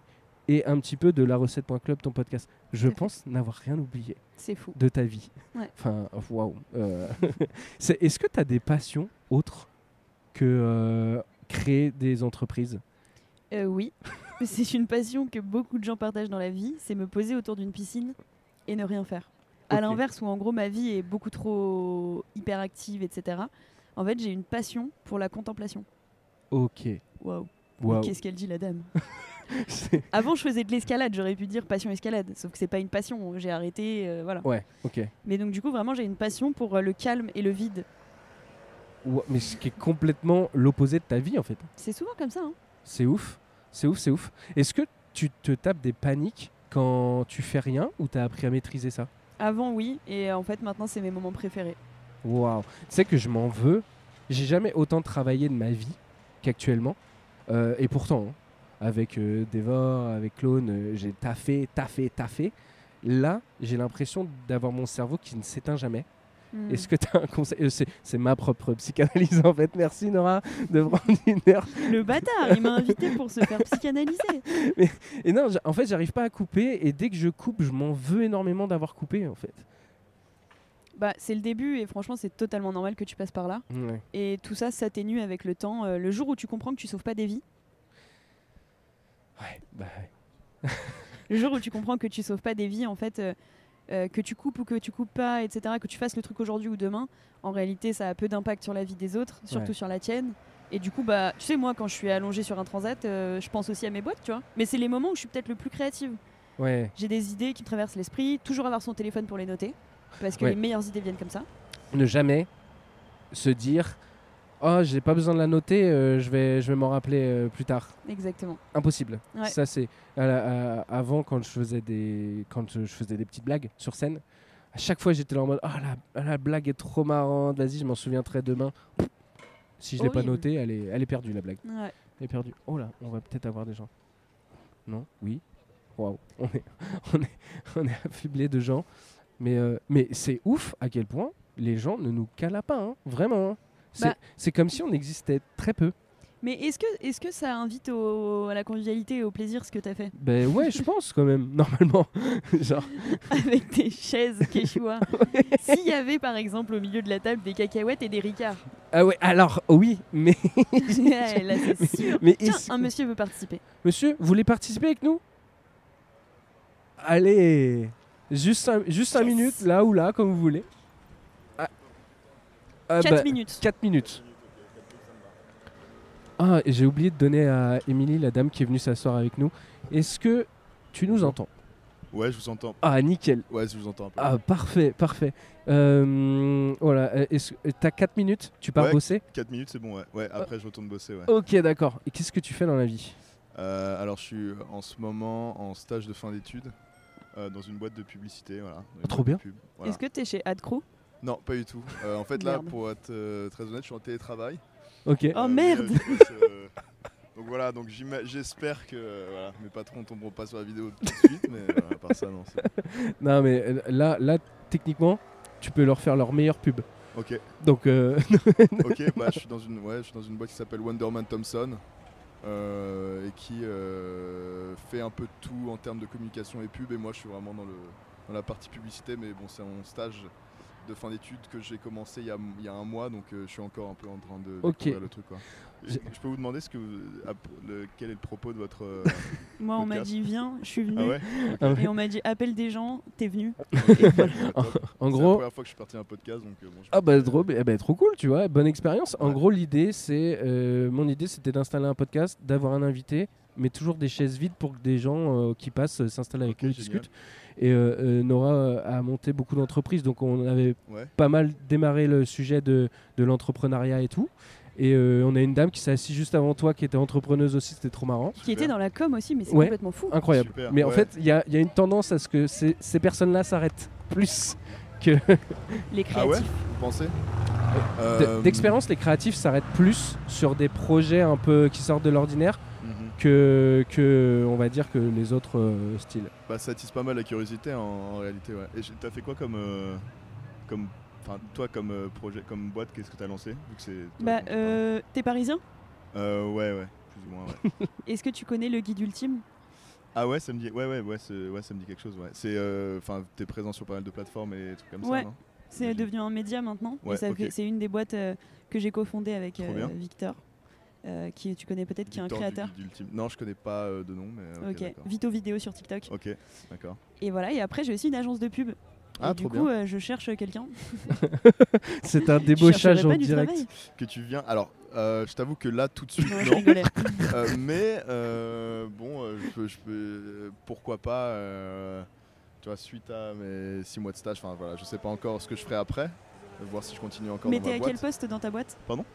et un petit peu de la recette.club, ton podcast. Je
Tout à fait.
pense n'avoir rien oublié
C'est fou.
de ta vie.
Ouais.
Enfin, waouh. Euh, <laughs> c'est- Est-ce que tu as des passions autres que euh, créer des entreprises
Euh, oui, <laughs> c'est une passion que beaucoup de gens partagent dans la vie, c'est me poser autour d'une piscine et ne rien faire. À
Ok.
l'inverse, où en gros ma vie est beaucoup trop hyperactive, etc. En fait, j'ai une passion pour la contemplation.
Ok.
Waouh,
Waouh.
qu'est-ce qu'elle dit la dame
<laughs> C'est-
Avant, je faisais de l'escalade, j'aurais pu dire passion escalade, sauf que c'est pas une passion, j'ai arrêté, euh, voilà.
ouais, ok.
Mais donc du coup, vraiment, j'ai une passion pour euh, le calme et le vide.
Ouah, mais ce qui est complètement l'opposé de ta vie, en fait.
C'est souvent comme ça. hein.
C'est ouf. C'est ouf, c'est ouf. Est-ce que tu te tapes des paniques quand tu fais rien ou t'as appris à maîtriser ça
Avant, oui, et euh, en fait, maintenant, c'est mes moments préférés.
Waouh. Tu sais que je m'en veux. J'ai jamais autant travaillé de ma vie qu'actuellement. Euh, et pourtant, hein, avec euh, Devor, avec Clone, euh, j'ai taffé, taffé, taffé. Là, j'ai l'impression d'avoir mon cerveau qui ne s'éteint jamais.
Hmm.
Est-ce que tu as un conseil Euh, c'est, c'est ma propre psychanalyse en fait. Merci Nora de prendre une heure.
Le bâtard, il m'a invité pour se faire
<laughs>
psychanalyser.
Et non, j'a- en fait, j'arrive pas à couper et dès que je coupe, je m'en veux énormément d'avoir coupé en fait.
Bah, c'est le début et franchement, c'est totalement normal que tu passes par là.
Ouais.
Et tout ça s'atténue avec le temps. Euh, le jour où tu comprends que tu sauves pas des vies,
Ouais, bah ouais.
le jour où tu comprends que tu sauves pas des vies, en fait, euh, euh, que tu coupes ou que tu coupes pas, etc., que tu fasses le truc aujourd'hui ou demain, en réalité, ça a peu d'impact sur la vie des autres, surtout
Ouais.
sur la tienne. Et du coup, bah, tu sais, moi, quand je suis allongée sur un transat, euh, je pense aussi à mes boîtes, tu vois. Mais c'est les moments où je suis peut-être le plus créative.
Ouais.
J'ai des idées qui me traversent l'esprit, toujours avoir son téléphone pour les noter, parce que
Ouais.
les meilleures idées viennent comme ça.
Ne jamais se dire Oh, j'ai pas besoin de la noter, euh, je vais, je vais m'en rappeler euh, plus tard.
Exactement.
Impossible.
Ouais.
Ça c'est à la- à- avant quand je faisais des quand je faisais des petites blagues sur scène. À chaque fois j'étais là en mode ah la, ah, la blague est trop marrante. Vas-y je m'en souviendrai demain. Si je l'ai pas
Horrible.
notée elle est elle est perdue la blague.
Ouais.
Elle est perdue. Oh là on va peut-être avoir des gens. Non oui. Waouh <laughs> on est on est on est affublé de gens. Mais euh, mais c'est ouf à quel point les gens ne nous calent pas hein. vraiment. hein. C'est
Bah.
c'est comme si on existait très peu.
Mais est-ce que, est que ça invite au- à la convivialité et au plaisir ce que t'as fait <laughs>
Ben ouais, je pense quand même, <laughs> normalement. Genre,
avec des chaises quechua. S'il y avait par exemple au milieu de la table des cacahuètes et des ricards,
Ah ouais, alors oui, mais
Ouais, là c'est sûr.
mais
Tiens,
est-ce-
un monsieur veut participer.
monsieur, vous voulez participer avec nous Allez, juste un, juste cinq
Yes.
minutes là ou là comme vous voulez. Ah, Ah
4
bah,
minutes.
quatre minutes. Ah, et j'ai oublié de donner à Émilie, la dame qui est venue s'asseoir avec nous. Est-ce que tu nous entends
Ouais, je vous entends.
Ah, nickel.
Ouais, je vous entends un peu.
Ah, parfait, parfait. Euh, voilà, euh, est-ce- t'as 4 minutes Tu pars
Ouais.
bosser
4 minutes, c'est bon, ouais. Ouais, après, je retourne bosser, ouais.
Ok, d'accord. Et qu'est-ce que tu fais dans la vie
Euh, alors, je suis en ce moment en stage de fin d'études euh, dans une boîte de publicité, voilà. Une boîte
trop
de
bien.
pub, voilà.
Est-ce que t'es chez Adcro
Non, pas du tout. Euh, en fait, là,
Merde.
pour être euh, très honnête, je suis en télétravail. Euh,
Ok.
Oh,
mais,
merde.
du coup, c'est, euh, Donc voilà, donc j'ima- j'espère que euh, voilà, mes patrons tomberont pas sur la vidéo tout de suite, mais euh, à part ça, non. c'est bon.
Non, mais euh, là, là, techniquement, tu peux leur faire leur meilleure pub.
Ok,
Donc, euh, <laughs>
ok, bah, je suis dans une, ouais, je suis dans une boîte qui s'appelle Wonderman Thompson euh, et qui euh, fait un peu de tout en termes de communication et pub. Et moi, je suis vraiment dans, le, dans la partie publicité, mais bon, c'est mon stage de fin d'études que j'ai commencé il y, a, il y a un mois, donc euh, je suis encore un peu en train de
Ok.
découvrir le truc. quoi. Je
J'ai-
je peux vous demander ce que vous- à- le- quel est le propos de
<laughs>
votre euh,
Moi on m'a
Podcast.
dit viens, je suis
ah
venue.
<laughs> ouais Ah,
Et on m'a dit appelle des gens, t'es venu.
Top.
<laughs> en
C'est la
gros.
première fois que je suis parti à un podcast, donc euh, bon, je
Ah bah,
pense que-
drôle, eh bah, trop cool, tu vois, bonne expérience. En
Ouais.
gros, l'idée, c'est. euh, mon idée, c'était d'installer un podcast, d'avoir un invité, mais toujours des chaises vides pour que des gens euh, qui passent euh, s'installent avec
Ok,
nous, ils
génial.
discutent. Et euh, euh, Nora euh, a monté beaucoup d'entreprises, donc on avait
Ouais.
pas mal démarré le sujet de, de l'entrepreneuriat et tout. Et euh, on a une dame qui s'est assise juste avant toi, qui était entrepreneuse aussi, c'était trop marrant.
Qui était dans la com aussi, mais c'est
Ouais.
complètement fou.
Incroyable.
Super,
Mais en
ouais.
fait, il y a, il y a une tendance à ce que ces, ces personnes-là s'arrêtent plus.
Les
Ah ouais
créatifs.
Vous pensez
D-
Euh,
D'expérience, les créatifs s'arrêtent plus sur des projets un peu qui sortent de l'ordinaire
mhm.
que, que, on va dire, que les autres euh, styles.
Bah, ça attise pas mal la curiosité en, en réalité, ouais. Et j'ai- t'as fait quoi comme. euh, comme enfin, toi, comme euh, projet, comme boîte, qu'est-ce que t'as lancé vu que c'est toi
Bah
dont tu
euh, t'es parisien
parles Euh, Ouais, ouais, plus ou moins,
<laughs>
ouais.
Est-ce que tu connais le guide ultime
ah ouais, ça me dit, ouais, ouais, ouais, c'est- ouais, ça me dit quelque chose, ouais. C'est. euh, Enfin, t'es présent sur pas mal de plateformes et des trucs comme
Ouais.
ça, non
C'est
Imagine.
devenu un média maintenant. et
Ouais,
ça
ok.
fait- C'est une des boîtes euh, que j'ai cofondée avec
Trop
euh,
bien.
Victor, euh, qui tu connais peut-être, qui est un
Victor du-
créateur.
du Ultime. Non, je connais pas euh, de nom, mais. euh,
Ok,
Ok. d'accord.
Vito Vidéo sur TikTok.
Ok, d'accord.
Et voilà, et après j'ai aussi une agence de pub. Et
Ah,
du
trop
coup,
bien.
euh, je cherche quelqu'un.
C'est un
Je chercherai
débauchage en
pas du
direct.
<laughs>
travail.
Que tu viens. Alors, euh, je t'avoue que là, tout de suite,
Non, je
non.
rigolais.
Euh, mais euh, bon, euh, je peux, je peux- euh, pourquoi pas, euh, tu vois, suite à mes 6 mois de stage, enfin voilà, je sais pas encore ce que je ferai après, euh, voir si je continue encore
Mais
dans
t'es
ma
à
boîte.
quel poste dans ta boîte
Pardon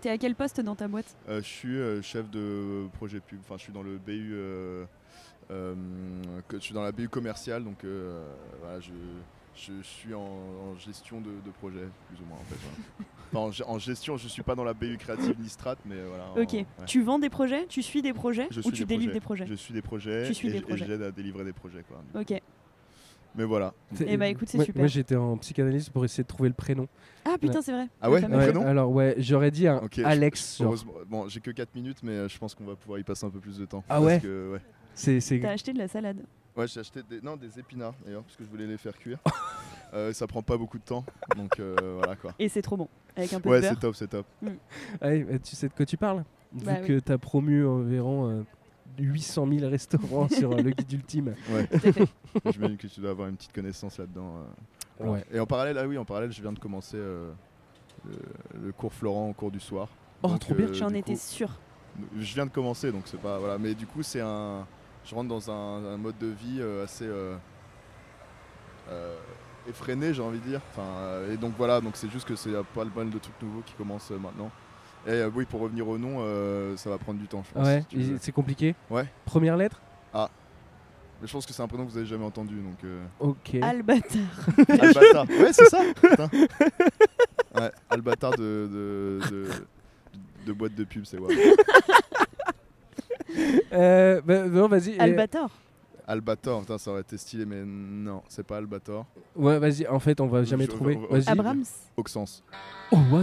T'es à quel poste dans ta boîte
Euh, je suis euh, chef de projet pub, enfin je suis dans le BU, euh, euh, que- je suis dans la BU commerciale, donc euh, voilà, je, je suis en, en gestion de, de projet, plus ou moins en fait. voilà.
<laughs>
Enfin, en, ge- en gestion, je suis pas dans la BU créative ni strat, mais voilà. en-
Ok.
Oh, ouais.
Tu vends des projets Tu suis des projets
Je
Ou
suis
tu
des
délivres
projets.
des projets
Je suis des projets
Tu suis
et
des
j- et
projets.
j'aide à délivrer des projets quoi. du coup.
Ok.
Mais voilà.
Eh bah, écoute, c'est
Moi-
super.
Moi j'étais en psychanalyse pour essayer de trouver le prénom.
Ah putain, c'est vrai.
Ah
Le
ouais,
fameux
Un
Ouais,
prénom
alors ouais, j'aurais dit un
Ok, je-
Alex. genre.
Heureusement, bon, j'ai que 4 minutes, mais euh, je pense qu'on va pouvoir y passer un peu plus de temps.
Ah
Parce
ouais
que, ouais.
C'est c'est-
T'as acheté de la salade.
Ouais, j'ai acheté des, non, des épinards d'ailleurs, parce que je voulais les faire
<laughs>
cuire. Euh, ça prend pas beaucoup de temps, donc euh, voilà quoi.
Et c'est trop bon. Avec un peu
Ouais,
de
c'est
beurre.
top, c'est top.
Ouais, bah, tu sais de quoi tu parles
Bah
Vu
oui.
que t'as promu environ euh, 800 000 restaurants sur euh, le guide ultime.
<laughs>
<laughs>
Ouais.
Tout à fait.
J'imagine que tu dois avoir une petite connaissance là-dedans. euh.
Ouais.
Et en parallèle, ah oui, en parallèle, je viens de commencer euh, le, le cours Florent au cours du soir.
Oh,
Donc,
trop
euh,
bien.
J'en
du
étais
coup,
sûre.
Je viens de commencer, donc c'est pas voilà. Mais du coup, c'est un, je rentre dans un, un mode de vie euh, assez euh, euh, effréné, j'ai envie de dire. Enfin, euh, et donc voilà, donc c'est juste que c'est euh, pas le mal de trucs nouveaux qui commencent euh, maintenant. Et euh, oui, pour revenir au nom, euh, ça va prendre du temps, je pense.
Ouais,
si tu veux.
et c'est compliqué.
Ouais.
Première lettre
Mais je pense que c'est un prénom que vous avez jamais entendu, donc. euh,
<laughs> Ok.
Albatar.
Albatar. Ouais, c'est
<laughs>
ça. putain. Ouais, Albatar de, de, de, de boîte de pub, c'est ouais.
Euh, bah, non, vas-y. et-
Albator.
Albator, putain, ça aurait été stylé, mais non, c'est pas Albator.
Ouais, vas-y. En fait, on va jamais
Je-
trouver.
on- on-
Vas-y.
Abrams.
Auxence.
Oh, what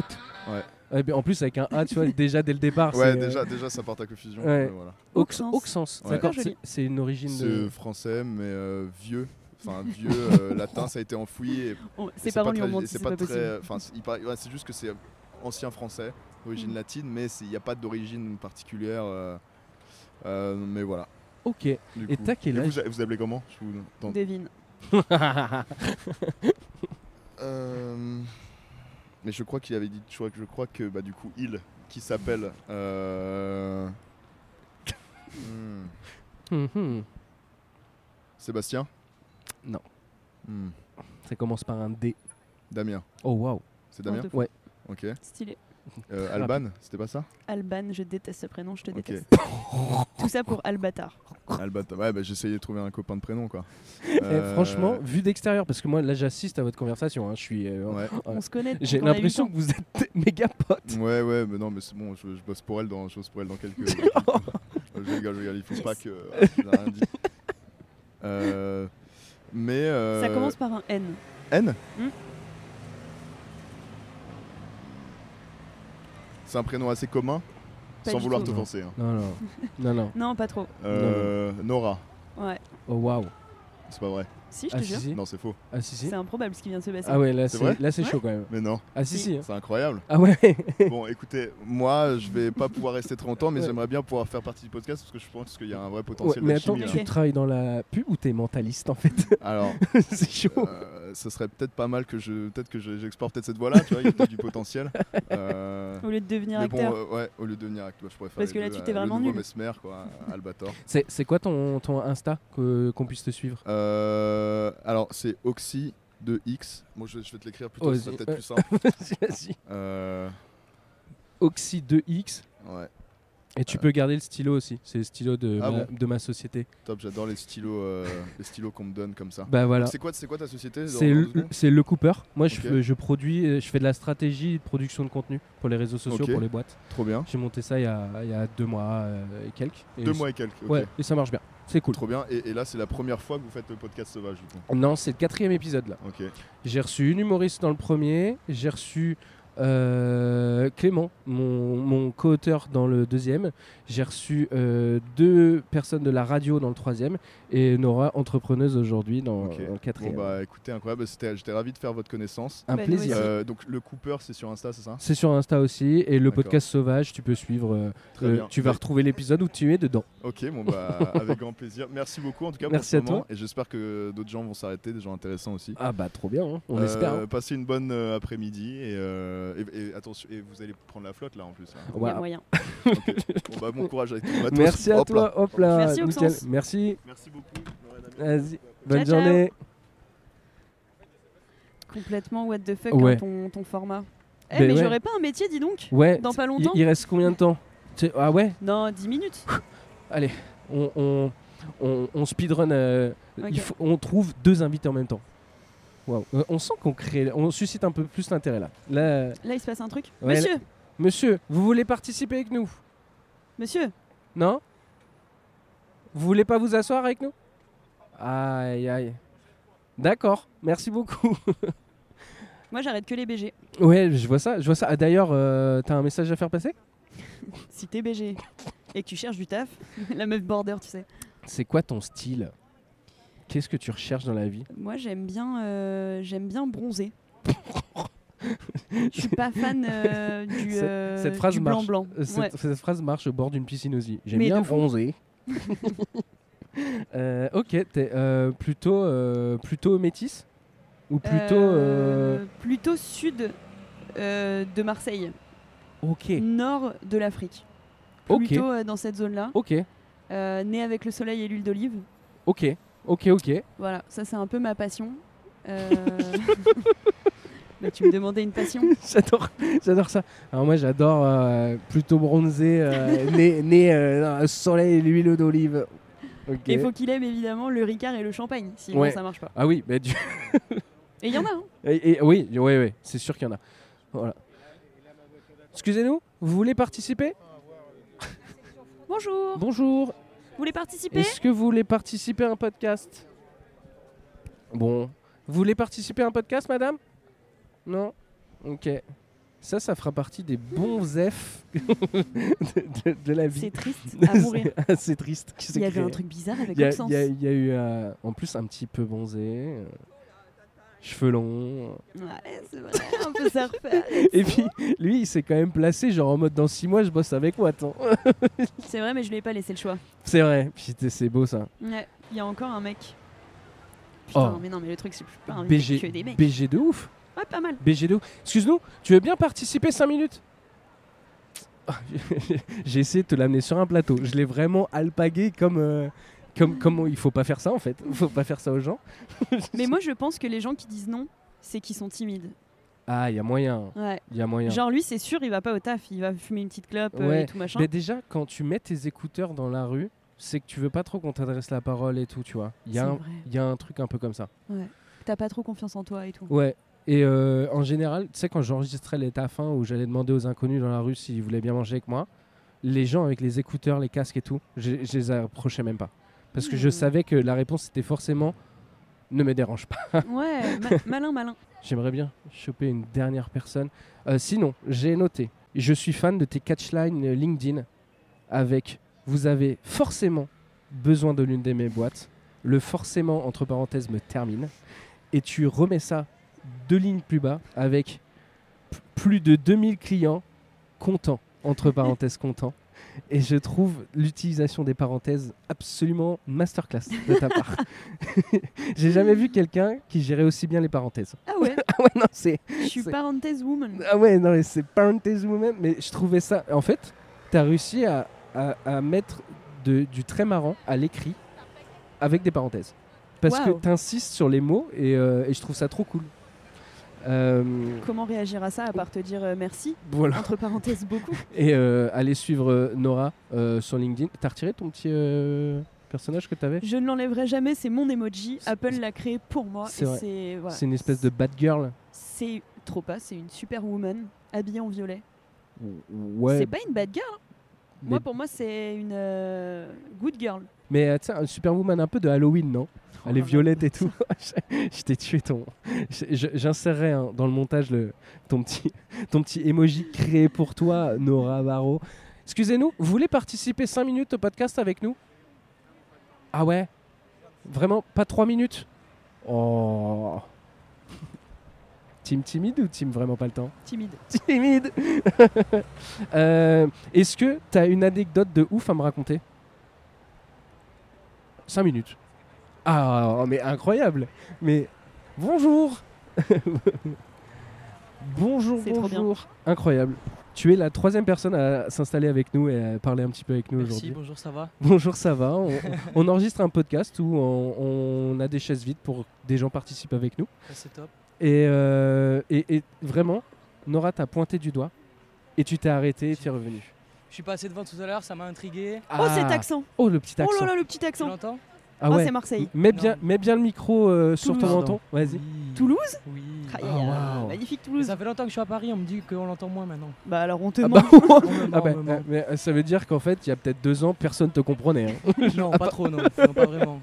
Ouais.
Eh ben, en plus, avec un A, tu vois, déjà dès le départ.
Ouais,
c'est, euh,
déjà, déjà, ça porte à confusion.
Ouais.
mais voilà.
Auxence.
Auxence.
Auxence,
Ouais.
d'accord.
Super
C'est
joli.
c'est une origine
C'est
de.
français, mais euh, vieux. Enfin,
<laughs>
vieux euh, latin, ça a été enfoui. et- et
Oh, Ses
pas
parents lui ont
très-
menti,
et
c'est
C'est
pas,
pas
possible.
très. euh, Enfin, c'est- il paraît- ouais, c'est juste que c'est euh, ancien français, d'origine
Mm.
latine, mais c'est- il n'y a pas d'origine particulière. euh, euh, mais voilà.
Ok.
Du
Et
coup.
t'as quel
Et
âge
vous, vous appelez comment Je vous tente.
Devine.
<laughs> Euh, Mais je crois qu'il avait dit, je crois, je crois que bah, du coup, il, qui s'appelle.
<laughs>
euh, hmm,
Hum, hum.
Sébastien
Non.
Hmm,
Ça commence par un D.
Damien.
Oh, waouh.
C'est Damien
Oh, de-
Ouais.
Ok.
Stylé.
Euh, Alban, c'était pas ça
Alban, je déteste ce prénom, je te
<laughs>
Ok.
déteste. Tout ça pour Albatar.
Alban, ouais, bah, j'essayais de trouver un copain de prénom, quoi.
Eh,
Euh,
franchement, vu d'extérieur, parce que moi, là, j'assiste à votre conversation. hein, Je suis. euh, <laughs>
Ouais.
On se connaît. depuis
J'ai
qu'on a
l'impression
huit
que vous êtes méga potes.
Ouais, ouais, mais non, mais c'est bon, je, je bosse pour elle dans, je bosse pour elle
<laughs>
dans quelques. je rigole, je rigole, il faut pas que. ah, j'ai rien dit. Euh, mais.
ans.
euh,
Ça commence par un N.
N
Hmm.
C'est un prénom assez commun,
Pas
sans
du
vouloir
tout.
t'offenser. hein.
Non, non, non, non.
Non, pas trop.
Euh, Nora,
Ouais.
Oh waouh.
c'est pas vrai.
Si, je
Ah
te
si,
jure.
si.
Non, c'est faux.
Ah si si.
C'est improbable ce qui vient de se passer.
Ah ouais, là
C'est
c'est
vrai
là c'est
Ouais.
chaud quand même.
Mais non,
Ah si
Si.
si. hein.
c'est incroyable.
Ah ouais.
bon, écoutez, moi, je vais pas pouvoir rester très longtemps, mais
Ouais.
j'aimerais bien pouvoir faire partie du podcast parce que je pense qu'il y a un vrai
Ouais,
potentiel
mais
de
attends,
chimie.
tu
là.
travailles dans la pub ou t'es mentaliste en fait <laughs>
là. Alors,
C'est chaud.
euh, ce serait peut-être pas mal que je, peut-être que je- j'explore peut-être cette voie-là. Tu vois, il y a peut-être du potentiel. Euh,
Au lieu de devenir
mais
acteur.
bon, euh, ouais, au lieu de devenir acteur, je pourrais faire
Parce
les
que là,
deux,
tu t'es
euh,
vraiment
le nouveau
nul.
Mesmer, quoi, Albator.
C'est c'est quoi ton ton Insta que- qu'on puisse te
<laughs>
suivre
Euh, alors, c'est Oxy de X. Moi, je, je vais te l'écrire plutôt,
Oh,
ce sera
vas-y.
peut-être plus simple.
Vas-y, vas-y.
Euh,
Oxy 2X
ouais,
et tu peux garder le stylo aussi. C'est le stylo de
Ah
ma,
bon
de ma société.
top, j'adore les stylos, euh, les stylos qu'on me donne comme ça.
Bah voilà.
C'est quoi, c'est quoi ta société dans-
C'est
dans
le,
deux secondes
c'est le Cooper. Moi, je,
Ok.
fais- je produis, euh, je fais de la stratégie de production de contenu pour les réseaux sociaux,
Ok.
pour les boîtes.
Trop bien.
J'ai monté ça il y a, il y a deux mois euh, et quelques. Et
Deux
je-
mois et quelques. ok.
Ouais, et ça marche bien. C'est cool.
Trop bien. Et, et là, c'est la première fois que vous faites le podcast sauvage, du coup.
Non, c'est le quatrième épisode là.
Ok.
J'ai reçu une humoriste dans le premier, j'ai reçu euh, Clément, mon, mon co-auteur dans le deuxième, j'ai reçu euh, deux personnes de la radio dans le troisième et Nora, entrepreneuse aujourd'hui dans,
Ok.
dans le
Bon,
quatrième.
bah, écoutez, incroyable. C'était, j'étais ravi de faire votre connaissance.
Un
Bah, nous
plaisir.
aussi.
Euh, donc, le Cooper, c'est sur Insta, c'est ça
C'est sur Insta aussi et le
D'accord.
podcast sauvage, tu peux suivre, euh,
Très
euh,
bien.
tu vas retrouver l'épisode où tu es dedans.
Ok, bon,
<laughs>
bah, avec grand plaisir. Merci beaucoup, en tout cas,
Merci à
pour ce moment. Et j'espère que d'autres gens vont s'arrêter, des gens intéressants aussi.
Ah bah trop bien, hein. on
Euh,
espère. hein.
Passez une bonne euh, après-midi et, euh, et- et attention et vous allez prendre la flotte là en plus. hein.
<laughs>
Il y a
Voilà.
moyen.
Ok. Bon, bah, bon courage avec ton matos.
Merci à
Hop là.
toi, hop là,
Merci,
nickel.
Auxence.
Merci,
Merci beaucoup. Lorraine Amiel.
vas-y, bonne
ciao.
journée.
Complètement what the fuck
Ouais.
hein, ton, ton format. Eh,
Ben
mais
ouais.
j'aurais pas un métier, dis donc
Ouais,
Dans pas
il-
longtemps
il reste combien de temps Tu- Ah ouais
Non, 10 minutes.
Allez, on, on, on, on speedrun. euh,
Ok.
il faut- on trouve deux invités en même temps. Waouh. Euh, On sent qu'on crée, on suscite un peu plus l'intérêt là. Là, euh,
Là, il se passe un truc.
Ouais,
monsieur
monsieur, vous voulez participer avec nous
Monsieur
Non Vous voulez pas vous asseoir avec nous Aïe aïe. D'accord, merci beaucoup. <laughs>
Moi, j'arrête que les BG.
Ouais, je vois ça, je vois ça. Ah, d'ailleurs, euh, t'as un message à faire passer
Si t'es BG et que tu cherches du taf, <laughs> la meuf border, tu sais.
C'est quoi ton style Qu'est-ce que tu recherches dans la vie
Moi, j'aime bien, euh, j'aime bien bronzer. Je suis pas fan euh, du,
Cette-
euh,
cette phrase
du blanc
marche.
blanc.
Euh, Cette,
Ouais.
cette phrase marche au bord d'une piscine aussi. J'aime
Mais
bien
de fou. <laughs>
bronzer. Euh, ok, t'es euh, plutôt, euh, plutôt métisse Ou plutôt. euh,
Euh, plutôt sud euh, de Marseille,
Ok,
nord de l'Afrique.
Ok.
Plutôt euh, dans cette zone-là.
ok,
Euh, né avec le soleil et l'huile d'olive.
ok, ok, ok. <laughs>
Voilà, ça c'est un peu ma passion. Euh, bah, tu me demandais une passion.
J'adore, j'adore ça. Alors moi j'adore euh, plutôt bronzé,
<laughs>
euh, né, né euh, dans le soleil et l'huile d'olive. Ok.
Et faut qu'il aime évidemment le Ricard et le champagne, sinon
Ouais.
ça marche pas.
Ah oui, bah, du- <laughs>
Et il y en a. hein.
Et- et- oui, oui, oui, c'est sûr qu'il y en a. Voilà. Excusez-nous, vous voulez participer
Bonjour, vous
Bonjour,
voulez participer
Est-ce que vous voulez participer à un podcast Bon. Vous voulez participer à un podcast, madame Non Ok. Ça, ça fera partie des bons F <laughs> de, de- de la vie.
C'est triste à mourir.
<laughs> C'est assez triste. qui s'est
Il y avait
créé.
un truc bizarre avec
Il y a,
l'absence.
il y a- il y a eu euh, en plus un petit peu bronzé, euh, cheveux longs.
Ouais, c'est vrai, <laughs> on peut se refaire.
Et puis, lui, il s'est quand même placé, genre en mode dans six mois, je bosse avec Watt. hein. <laughs>
C'est vrai, mais je lui ai pas laissé le choix.
C'est vrai, putain, c'est beau ça.
Ouais, il y a encore un mec. Putain,
Oh.
mais non, mais le truc, c'est que je peux pas inviter que
BG,
des mecs.
BG de ouf.
Ouais,
<laughs>
pas mal.
BG2, excuse-nous, tu veux bien participer 5 minutes <laughs> Ah, J'ai essayé de te l'amener sur un plateau. Je l'ai vraiment alpagué comme, euh, comme, comme il faut pas faire ça en fait. <laughs> Il faut pas faire ça aux gens.
Mais moi, je pense que les gens qui disent non, c'est qu'ils sont timides.
Ah, il y a moyen.
Ouais.
Il y a moyen.
Genre, lui, c'est sûr, il va pas au taf, il va fumer une petite clope euh,
Ouais.
et tout machin.
Mais déjà, quand tu mets tes écouteurs dans la rue, c'est que tu veux pas trop qu'on t'adresse la parole et tout, tu vois. Il y, a
C'est
un-
vrai.
il y a un truc un peu comme ça.
T'as pas trop confiance en toi et tout.
Ouais. Et euh, en général, tu sais, quand j'enregistrais les tafins où j'allais demander aux inconnus dans la rue s'ils voulaient bien manger avec moi, les gens avec les écouteurs, les casques et tout, je, je les approchais même pas. Parce que je
Hmm.
savais que la réponse était forcément ne me dérange pas.
Ouais,
<laughs>
ma- malin, malin.
J'aimerais bien choper une dernière personne. Euh, sinon, j'ai noté, je suis fan de tes catchlines euh, LinkedIn avec vous avez forcément besoin de l'une de mes boîtes. Le forcément, entre parenthèses, me termine. Et tu remets ça deux lignes plus bas avec p- plus de 2000 clients contents, entre parenthèses contents. Et je trouve l'utilisation des parenthèses absolument masterclass de ta part. <laughs> J'ai jamais vu quelqu'un qui gérait aussi bien les parenthèses.
Ah ouais,
Ah ouais, <laughs> non, c'est.
je suis
C'est- <laughs>
parenthèse woman.
Ah ouais, non, mais c'est parenthèse woman. Mais je trouvais ça. En fait, t'as réussi à, à- à mettre de- du très marrant à l'écrit avec des parenthèses. Parce
Waouh.
que t'insistes sur les mots et, euh, et je trouve ça trop cool. Euh,
Comment réagir à ça à part te dire euh, merci <laughs>
voilà.
Entre parenthèses, beaucoup.
Et euh, allez suivre euh, Nora euh, sur LinkedIn. T'as retiré ton petit euh, personnage que t'avais
Je ne l'enlèverai jamais, c'est mon emoji.
C'est-
Apple l'a créé pour moi.
C'est
et
vrai.
C'est voilà.
C'est une espèce de bad girl.
C'est trop pas, c'est une superwoman habillée en violet.
Ouais.
C'est pas une bad girl. hein.
Mais-
Moi, pour moi, c'est une euh, good girl.
Mais euh, tu sais, un Superwoman un peu de Halloween, non Elle est
Oh là là.
violette et tout. <laughs> je je t'ai tué ton. je- je- J'insérerai hein, dans le montage le, ton, petit, ton petit emoji créé pour toi, Nora Barro. Excusez-nous, vous voulez participer 5 minutes au podcast avec nous Ah ouais Vraiment Pas 3 minutes Oh <laughs> Team timide ou team vraiment pas le temps
Timide.
Timide <laughs> Euh, Est-ce que tu as une anecdote de ouf à me raconter 5 minutes. Ah, mais incroyable Mais bonjour <laughs> Bonjour,
C'est trop bien.
bonjour Incroyable Tu es la troisième personne à s'installer avec nous et à parler un petit peu avec nous
Merci,
aujourd'hui.
bonjour, ça va
Bonjour, ça va on, on enregistre un podcast où on- on a des chaises vides pour que des gens participent avec nous.
Ça, C'est top.
Et, euh, et, et vraiment, Nora t'a pointé du doigt et tu t'es arrêté et t'es revenu.
Je suis passé devant tout à l'heure, ça m'a intrigué.
Oh, cet accent
Oh, le petit
Oh
accent
là là, le petit
Tu
accent
l'entends
Ah
oh,
ouais.
c'est Marseille.
Mets bien, mets bien le micro euh, sur ton
Toulouse.
menton. Vas-y.
Oui.
Toulouse
Oui.
Ah,
Ah,
il y a-
waouh.
Magnifique
Mais
Toulouse.
Ça fait longtemps que je suis à Paris, on me dit qu'on l'entend moins maintenant.
Bah alors on te
Ah
ment.
bah,
On me ment,
<laughs> ah bah,
on me ment.
euh, mais, euh, ça veut dire qu'en fait, il y a peut-être deux ans, personne te comprenait.
<laughs>
hein. <laughs>
Non, pas trop, non. Non, pas vraiment.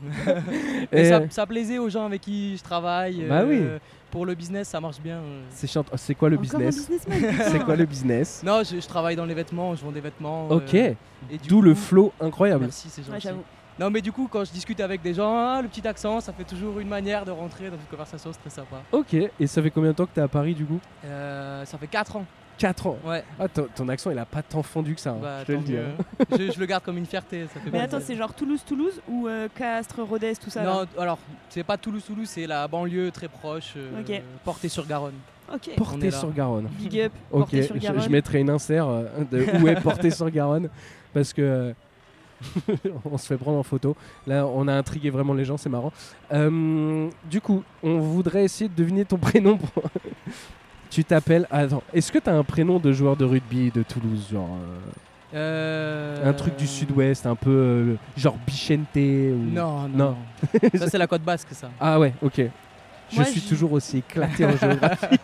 Mais
Et,
ça,
euh,
ça plaisait aux gens avec qui je travaille. euh,
Bah oui.
Pour le business, ça marche bien. euh.
C'est chiant. Oh, C'est quoi le
Encore un
business
businessman. putain.
<laughs> C'est quoi le business
Non, je, je travaille dans les vêtements, je vends des vêtements.
Ok.
euh, et du
D'où le Ah
coup-
flow incroyable.
Merci, c'est
Ouais,
gentil.
j'avoue.
non, mais du coup, quand je discute avec des gens, ah, le petit accent, ça fait toujours une manière de rentrer dans une conversation, c'est très sympa.
Ok. Et ça fait combien de temps que t'es à Paris du coup
Euh, ça fait 4 ans.
4 ans.
Ouais,
Ah, ton, ton accent, il a pas tant fondu que ça. hein,
bah,
je te le
tant
dis.
mieux.
hein.
je, je le garde comme une fierté. Ça fait
Mais
plaisir.
attends, c'est genre Toulouse-Toulouse ou euh, Castres, Rodez, tout ça là
Non, alors, c'est pas Toulouse-Toulouse, c'est la banlieue très proche, euh,
Ok.
portée sur Garonne.
Ok.
On est
Porté
là.
sur Garonne.
Big up.
Ok,
porté sur
je- je,
Garonne.
mettrai une insert euh,
<laughs>
de où est porté sur Garonne parce que euh, <laughs> on se fait prendre en photo. Là, on a intrigué vraiment les gens, c'est marrant. Euh, du coup, on voudrait essayer de deviner ton <laughs> prénom. pour- tu t'appelles. Attends, est-ce que tu as un prénom de joueur de rugby de Toulouse genre, euh,
Euh,
Un truc du sud-ouest, un peu euh, genre Bichente ou...
Non,
Non.
non.
<laughs>
non. ça, c'est la côte basque, ça.
Ah ouais, ok. Je
Moi, Euh,
suis
je-
toujours aussi éclaté
<laughs>
en géographie.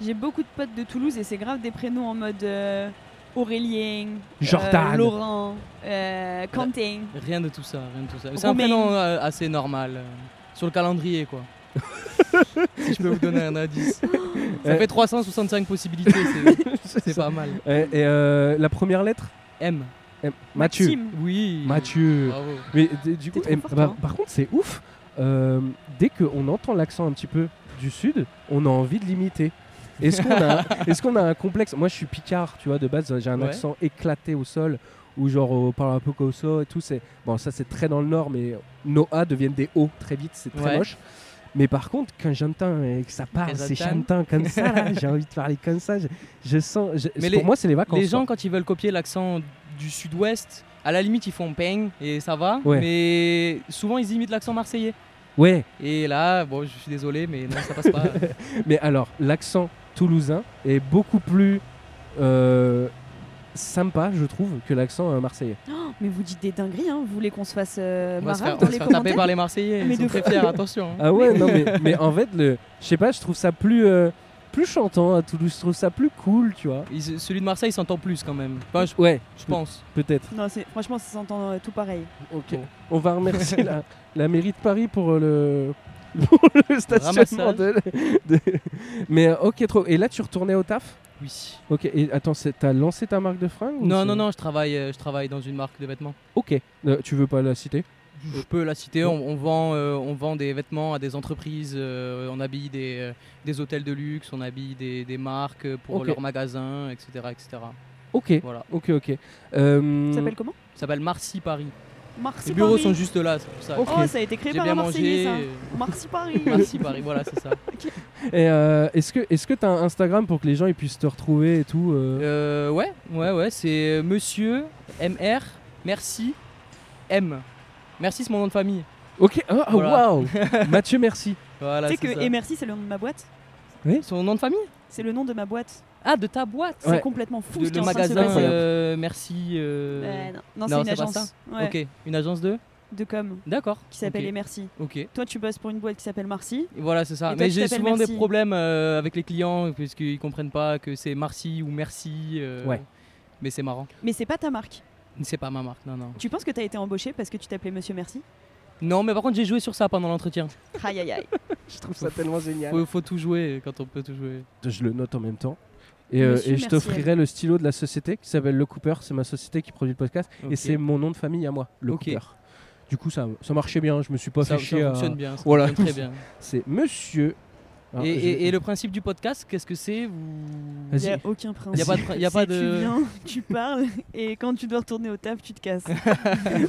J'ai beaucoup de potes de Toulouse et c'est grave des prénoms en mode euh, Aurélien, euh,
Jordan.
Laurent, euh, Quentin.
Rien de tout ça, rien de tout ça. C'est un
Romain.
prénom euh, assez normal. euh, sur le calendrier,
<laughs>
quoi. si je peux vous donner
<laughs>
un indice. Ça
Euh.
fait 365 possibilités, c'est-
<laughs>
c'est pas mal.
et et, euh, la première lettre
M.
M. Mathieu.
Maxime.
Oui.
Mathieu.
Bravo.
Mais d- du
T'es
coup,
trop
eh,
fort,
bah,
hein.
toi.
par contre, c'est ouf. Euh, dès qu'on entend l'accent un petit peu du sud, on a envie de l'imiter. Est-ce qu'on
<laughs>
a, est qu'on a un complexe Moi, je suis picard, tu vois, de base, j'ai un
Ouais.
accent éclaté au sol, ou genre on parle un peu comme ça et tout. C'est bon, ça c'est très dans le nord, mais nos A deviennent des O très vite, c'est très
Ouais.
moche. Mais par contre, quand j'entends et que ça parle,
Quand
c'est
j'entends.
chantant comme ça,
<laughs>
là, j'ai envie de parler comme ça. Je, je sens. je-
Mais
pour
les-
moi, c'est les vacances.
Les gens,
quoi.
quand ils veulent copier l'accent du sud-ouest, à la limite, ils font peigne et ça va.
Ouais.
Mais souvent, ils imitent l'accent marseillais.
Ouais.
Et là, bon, je suis désolé, mais non,
<laughs>
ça passe pas.
Mais alors, l'accent toulousain est beaucoup plus euh, sympa, je trouve, que l'accent euh, marseillais.
Mais vous dites des dingueries, hein. vous voulez qu'on se fasse euh,
On va se
marrer
faire, on
dans
va se
les
faire taper
commentaires
par les Marseillais.
Mais
ils sont
de
très
fou.
fiers, attention. hein.
Ah ouais, non, mais, mais en fait, le, je sais pas, je trouve ça plus, euh, plus chantant à Toulouse, je trouve ça plus cool, tu vois.
Ils- celui de Marseille s'entend plus quand même. Enfin, je,
Ouais,
je pense.
peut-être.
Non, c'est- franchement, ça s'entend euh, tout pareil.
Ok.
Bon.
On va
<laughs>
remercier la, la mairie de Paris pour euh, le. <laughs> Pour le stationnement
ramassage.
de, de- Mais euh, ok, trop. Et là, tu retournais au taf
Oui.
Ok, et attends, c'est- t'as lancé ta marque de fringues ou
Non,
c'est-
non, non, je travaille, euh, je travaille dans une marque de vêtements.
Ok, Euh, tu veux pas la citer
Je peux la citer. On, on vend, euh, on vend des vêtements à des entreprises. euh, on habille des, euh, des hôtels de luxe. On habille des, des marques euh, pour
Ok.
leurs magasins, etc., etc.
Ok,
Voilà.
ok, ok. Euh,
Ça s'appelle comment
Ça s'appelle Marcy Paris.
Marcy
Hmm. Les bureaux
Paris.
sont juste là, c'est pour ça.
Ok.
Oh, ça a été créé
J'ai
par
bien
un Marseillais,
mangé.
ça.
euh,
Marcy Paris.
<laughs> Marcy Paris, voilà, c'est
<laughs>
ça.
Et euh, est-ce que est-ce que t'as un Instagram pour que les gens ils puissent te retrouver et tout euh
Euh, ouais, ouais, ouais, c'est euh, Monsieur MR. Merci M. Merci, c'est mon nom de famille.
Ok. Ah ah,
voilà. <laughs>
waouh. Mathieu, merci.
Voilà.
Tu sais
c'est
que
ça.
Et merci, c'est le nom de ma boîte.
Son nom de famille
C'est le nom de ma boîte.
Ah, de ta boîte.
Ouais.
C'est complètement fou
De-
ce qui est
le
en train de se
magasin
passer.
incroyable.
euh, merci euh,
Ouais, non, Non,
non,
c'est une
c'est pas
agence ouais,
ok une agence de
de com
d'accord
qui s'appelle
Ok.
Et merci.
ok Et
Toi, tu bosses pour une boîte qui s'appelle Marcy.
voilà c'est ça
Et toi,
mais
tu
j'ai
t'appelles
souvent
Merci.
des problèmes euh, avec les clients puisqu'ils comprennent pas que c'est Marcy ou Merci euh,
Ouais.
mais c'est marrant
Mais c'est pas ta marque.
c'est pas ma marque non non
Tu penses que t'as été embauché parce que tu t'appelais Monsieur Merci
non mais par contre j'ai joué sur ça pendant l'entretien
Aïe aïe aïe.
Je trouve ça tellement génial.
faut, faut tout jouer quand on peut tout jouer
Je le note en même temps. Et, euh,
Monsieur,
et je
merci,
t'offrirai le stylo de la société qui s'appelle Le Cooper. C'est ma société qui produit le podcast
Ok.
et c'est mon nom de famille à moi, Le
Ok.
Cooper. Du coup, ça, ça marchait bien. Je me suis pas
ça,
fait
ça
chier. à-
fonctionne bien ça
Voilà.
fonctionne très
<laughs>
bien
C'est Monsieur. Alors,
et,
je- <laughs>
et- et le principe du podcast qu'est-ce que c'est vous
Il n'y a
Vas-y.
aucun principe.
Y a pas de prin- y a
C'est
pas
que
de-
Tu viens, tu parles, et quand tu dois retourner au taf, tu te casses.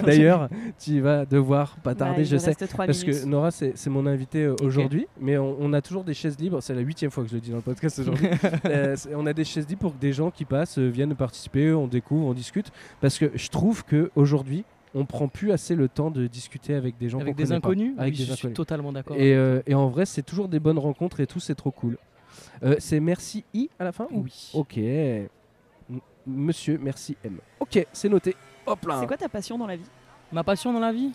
D'ailleurs, tu vas devoir pas
Bah,
tarder,
il
je
me
sais.
reste trois
Parce que
minutes.
Nora, c'est c'est mon invité euh, aujourd'hui, mais on, on a toujours des chaises libres. C'est la huitième fois que je le dis dans le podcast
<laughs>
aujourd'hui. Euh, c'est- on a des chaises libres pour que des gens qui passent euh, viennent participer, on découvre, on discute. Parce que je trouve que aujourd'hui, on prend plus assez le temps de discuter avec des gens
avec
qu'on
des
connaît pas.
inconnus
Avec
Oui,
des
je suis
inconnus.
totalement d'accord
Et, euh, et en vrai, c'est toujours des bonnes rencontres et tout, c'est trop cool. Euh, c'est merci I à la fin ou-
oui
Ok. M- Monsieur, merci M. Ok, c'est noté. Hop là. hein.
C'est quoi ta passion dans la vie
ma passion dans la vie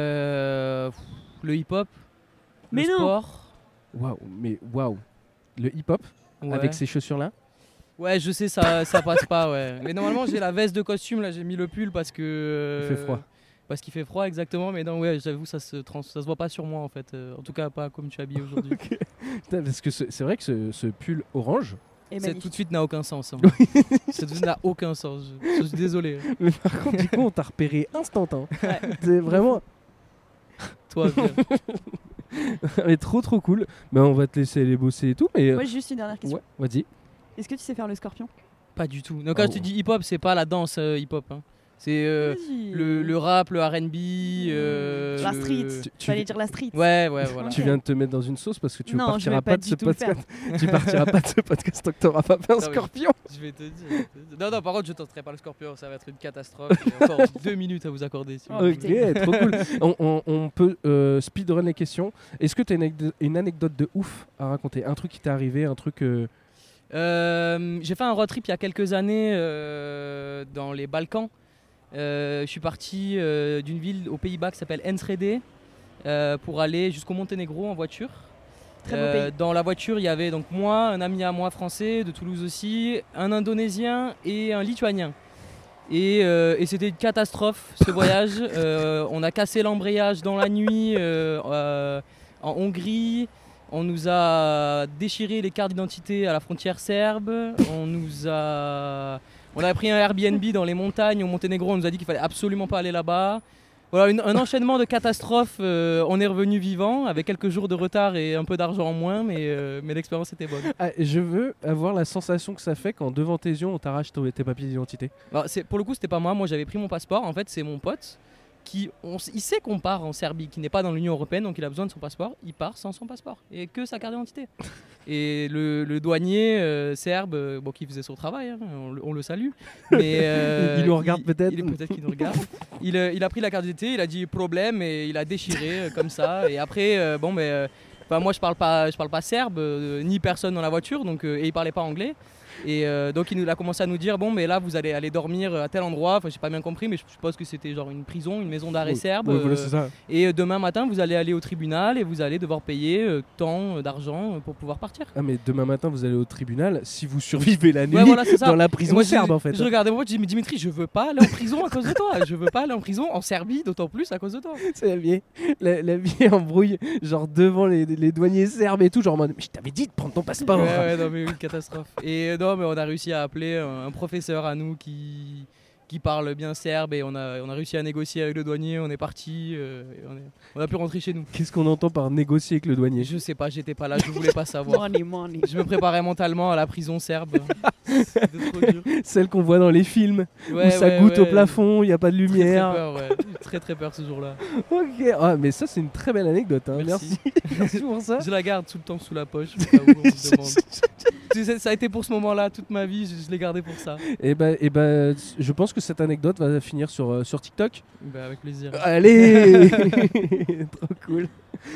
Euh, pff, le hip-hop.
Mais
le
non.
sport.
Waouh, mais waouh. Le hip-hop
Ouais.
avec ces chaussures-là
Ouais, je sais, ça, ça passe pas, ouais. Mais normalement, j'ai la veste de costume, là, j'ai mis le pull parce que. euh,
Il fait froid.
Parce qu'il fait froid, exactement. Mais non, ouais, j'avoue, ça se, trans- ça se voit pas sur moi, en fait. euh, en tout cas, pas comme tu es
<laughs>
habillé aujourd'hui.
Putain, parce que ce- c'est vrai que ce, ce pull orange,
Et
C'est
magnifique.
euh,
tout de suite n'a aucun sens. hein. <laughs> C'est tout de suite n'a aucun sens. Je, je suis
<laughs>
désolé. hein.
mais par contre, du coup, on t'a repéré instantan.
Ouais.
C'est vraiment <laughs>
Toi, bien.
mais trop trop cool. Mais on va te laisser aller bosser et tout. Mais euh,
Moi, j'ai juste une dernière question.
ouais, vas-y.
Est-ce que tu sais faire le scorpion
pas du tout. Donc, quand
Oh.
tu dis hip-hop, c'est pas la danse euh, hip-hop. hein. C'est euh,
Vas-y.
le, le rap, le RB. euh,
La
le-
street.
Tu- tu-
Fallait dire la street.
Ouais, ouais, voilà.
Tu viens de te mettre dans une sauce parce que tu
Non, je
partiras
vais
pas,
pas
de
du
ce
tout le faire.
podcast. <laughs> tu partiras pas de ce podcast tant que t'auras pas fait un
Non, mais-
scorpion.
Je vais te dire. je vais te dire. Non, non, par contre, je tenterai pas le scorpion, ça va être une catastrophe. J'ai encore <laughs> deux minutes à vous accorder. si vous
Oh,
voulez.
Ok, trop cool. On, on- on peut euh, speedrun les questions. Est-ce que t'as une, anecdo- une anecdote de ouf à raconter Un truc qui t'est arrivé, un truc. euh,
Euh, J'ai fait un road trip il y a quelques années euh, dans les Balkans. Euh, je suis parti euh, d'une ville aux Pays-Bas qui s'appelle Enschede euh, pour aller jusqu'au Monténégro en voiture.
Très beau
Euh,
pays.
Dans la voiture, il y avait donc moi, un ami à moi français de Toulouse aussi, un Indonésien et un Lituanien. Et, euh, et c'était une catastrophe
<laughs>
ce voyage. Euh, on a cassé l'embrayage dans la nuit euh, euh, en Hongrie. On nous a déchiré les cartes d'identité à la frontière serbe. On nous a. On avait pris un Airbnb dans les montagnes au Monténégro. On nous a dit qu'il fallait absolument pas aller là-bas. Voilà, une- un enchaînement de catastrophes. euh, on est revenu vivant avec quelques jours de retard et un peu d'argent en moins, mais, euh, mais l'expérience était bonne.
Ah, je veux avoir la sensation que ça fait quand devant tes yeux on t'arrache ton- tes papiers d'identité.
Alors, Bah, c'est- pour le coup, c'était pas moi. Moi, j'avais pris mon passeport. En fait, c'est mon pote qui, on s- il sait qu'on part en Serbie, qui n'est pas dans l'Union européenne, donc il a besoin de son passeport. Il part sans son passeport et que sa carte
<laughs>
d'identité. Et le, le douanier euh, serbe, euh, bon, qui faisait son travail, hein, on, le- on le salue.
<laughs>
Mais euh,
Il nous regarde peut-être.
Il, peut-être qu'il nous regarde. Il, euh, il a pris la carte d'identité, il a dit problème et il a déchiré euh, comme ça. Et après, euh, bon, mais euh, enfin, moi, je parle pas, je parle pas serbe, euh, ni personne dans la voiture, donc euh, et il parlait pas anglais. Et euh, donc il nous il a commencé à nous dire bon mais là vous allez aller dormir à tel endroit, enfin j'ai pas bien compris mais je suppose que c'était genre une prison, une maison d'arrêt
Oui,
serbe.
ouais, voilà,
euh,
c'est ça.
et euh, demain matin vous allez aller au tribunal et vous allez devoir payer euh, tant euh, d'argent euh, pour pouvoir partir.
Ah, mais demain matin vous allez au tribunal si vous survivez la nuit
Ouais, voilà, c'est ça.
dans la
Et
prison
moi, je-
serbe en fait. <laughs>
Je regardais mon pote, je dis mais Dimitri je veux pas aller en prison à cause de toi, je veux pas aller en prison en Serbie d'autant plus à cause de toi.
C'est la vieille, la, la vieille embrouille, genre devant les, les douaniers serbes et tout, genre en mode, mais je t'avais dit de prendre ton passeport.
Ouais, ouais, non, mais une catastrophe. Et euh, non, mais on a réussi à appeler un, un professeur à nous qui, qui parle bien serbe et on a, on a réussi à négocier avec le douanier. On est parti, euh, et on, est- on a pu rentrer chez nous.
Qu'est-ce qu'on entend par négocier avec le
Et
douanier
je sais pas, j'étais pas là, je voulais
<laughs>
pas savoir.
Money, money.
Je me préparais mentalement à la prison serbe. C'était trop dur.
Celle qu'on voit dans les films,
Ouais,
où ça
ouais,
goûte au
ouais.
plafond, il n'y a pas de
Très, très
lumière.
peur, ouais. J'ai eu Très très peur ce jour-là.
<laughs> ok, ah, mais ça c'est une très belle anecdote, hein. merci.
Merci.
Merci pour
<laughs>
ça.
Je la garde tout le temps sous la poche. au cas où
<laughs>
on me demande. Tu sais, ça a été pour ce moment-là toute ma vie, je, je l'ai gardé pour ça.
et ben, et ben, je pense que cette anecdote va finir sur, euh, sur TikTok.
Bah, avec plaisir.
Allez <laughs> Trop cool.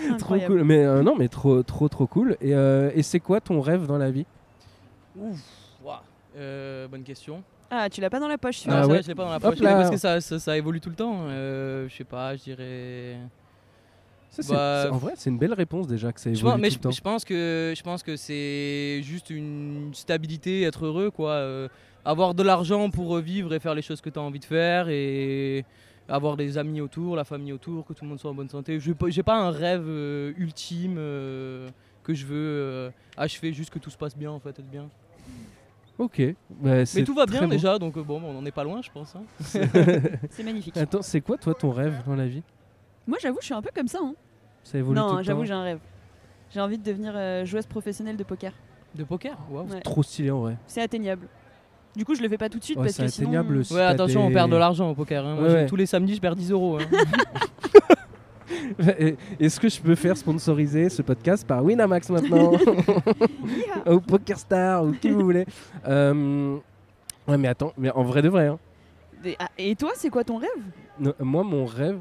Trop
Incroyable.
cool. Mais euh, non, mais trop, trop, trop cool. Et, euh, et c'est quoi ton rêve dans la vie
Ouah. Euh, bonne question.
Ah, tu l'as pas dans la poche,
Non,
Ah
ça,
ouais.
je l'ai pas dans la
Hop
poche, mais
là.
parce que ça, ça, ça évolue tout le temps. Euh, je sais pas, je dirais.
Ça, c'est-
Bah,
c'est- En vrai, c'est une belle réponse déjà que ça
Je
évolue
pense, mais
tout
je,
le temps.
je pense que je pense que c'est juste une stabilité, être heureux, quoi. Euh, avoir de l'argent pour euh, vivre et faire les choses que tu as envie de faire et avoir des amis autour, la famille autour, que tout le monde soit en bonne santé. Je j'ai pas un rêve euh, ultime euh, que je veux euh, achever, juste que tout se passe bien, en fait, être bien.
Ok. Bah,
Mais
c'est
tout va
très
bien
beau.
déjà, donc euh, bon, on n'en est pas loin, je pense. hein.
C'est magnifique.
Attends, c'est quoi toi ton rêve dans la vie
Moi, j'avoue, je suis un peu comme ça. hein.
Ça évolue tout
Non,
le
j'avoue,
temps.
j'ai un rêve. J'ai envie de devenir euh, joueuse professionnelle de poker.
De poker, waouh.
Ouais.
Trop stylé en vrai.
C'est atteignable. Du coup, je le fais pas tout de suite
Ouais,
parce
c'est
que sinon.
atteignable si
Ouais,
t'as
attention, on
des-
perd de l'argent au poker. hein. Moi,
Ouais,
je-
ouais.
Tous les samedis, je perds 10 euros. hein.
<laughs> Et- Est-ce que je peux faire sponsoriser ce podcast par Winamax
<laughs>
maintenant <laughs>
Yeah.
Ou PokerStar ou qui vous voulez Euh, Ouais, mais attends, mais en vrai de vrai. hein.
Des- ah, Et toi, c'est quoi ton rêve
Non, moi, mon rêve.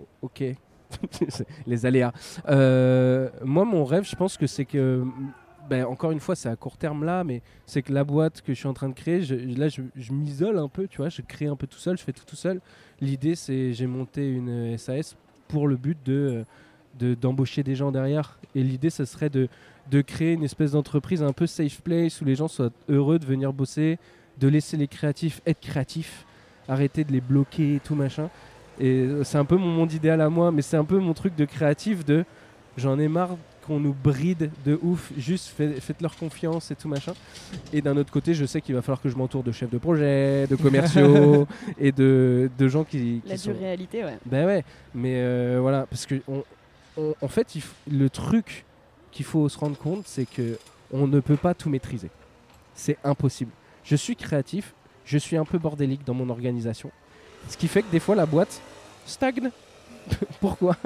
Oh, Ok. <laughs> Les aléas. Euh, moi, mon rêve, je pense que c'est que ben, encore une fois, c'est à court terme là, mais c'est que la boîte que je suis en train de créer, je- là, je, je m'isole un peu, tu vois, je crée un peu tout seul, je fais tout tout seul. L'idée, c'est j'ai monté une euh, SAS pour le but de euh, de- d'embaucher des gens derrière. Et l'idée, ce serait de, de créer une espèce d'entreprise un peu safe place où les gens soient heureux de venir bosser, de laisser les créatifs être créatifs, arrêter de les bloquer et tout machin. Et euh, c'est un peu mon monde idéal à moi, mais c'est un peu mon truc de créatif de j'en ai marre qu'on nous bride de ouf, juste fait- faites-leur confiance et tout machin. Et d'un autre côté, je sais qu'il va falloir que je m'entoure de chefs de projet, de commerciaux et de, de gens qui, qui
La
sont
dure réalité, ouais.
ben ouais, mais euh, voilà, parce que on, on- en fait, il f- le truc qu'il faut se rendre compte, c'est que on ne peut pas tout maîtriser. C'est impossible. Je suis créatif, je suis un peu bordélique dans mon organisation, ce qui fait que des fois la boîte stagne. <laughs> Pourquoi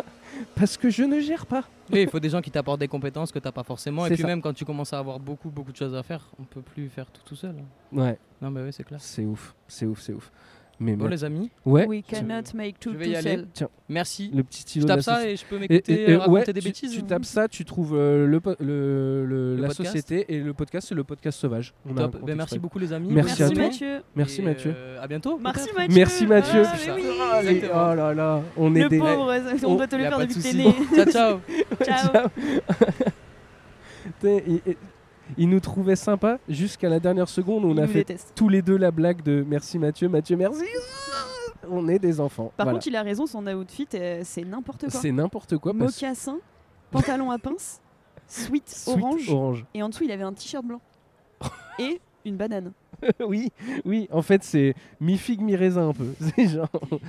Parce que je ne gère pas.
Oui, il faut des gens qui t'apportent des compétences que t'as pas forcément. Et
C'est
puis
ça.
même quand tu commences à avoir beaucoup, beaucoup de choses à faire, on peut plus faire tout tout seul. hein.
Ouais,
Non, mais oui, c'est clair.
c'est ouf, c'est ouf, c'est ouf. Mais
Bon,
ma-
les amis,
ouais,
We cannot make two
je vais
tout
y aller.
seul.
merci.
le petit
Je
stylo. de
tape
la
ça
société.
et je peux
Et-
m'écouter
et- et-
euh, raconter
ouais,
des
tu-
bêtises.
Tu, tapes ça, tu trouves euh, le, po- le- le-
Le
la
podcast.
société et le podcast, c'est le podcast sauvage. On a un
Top.
compte
Ben, merci
Instagram.
beaucoup les amis.
Merci à toi.
Mathieu.
Merci
Et,
Mathieu.
euh, à bientôt.
Merci
peut-être.
Mathieu.
Merci Mathieu.
Ah, mais
Putain.
oui.
Allez, oh
Exactement.
là là, on est
Le
des.
pauvre, on
On-
doit te
Y
le
a
faire
pas de
depuis que t'es
souci.
<laughs>
né.
ciao,
<laughs>
ciao.
Ciao.
Putain, il, il- il nous trouvait sympa jusqu'à la dernière seconde où on
Il
a
nous
fait
déteste.
tous les deux la blague de merci Mathieu, Mathieu merci. On est des enfants.
Par
Voilà.
contre, il a raison, son outfit, euh, c'est n'importe quoi.
c'est n'importe quoi. parce-
Mocassin, pantalon à pince, sweat
Sweet
orange,
orange. <laughs>
et en dessous, il avait un t-shirt blanc. et une banane.
oui, oui. En fait, c'est mi figue mi raisin un peu. <laughs> C'est genre,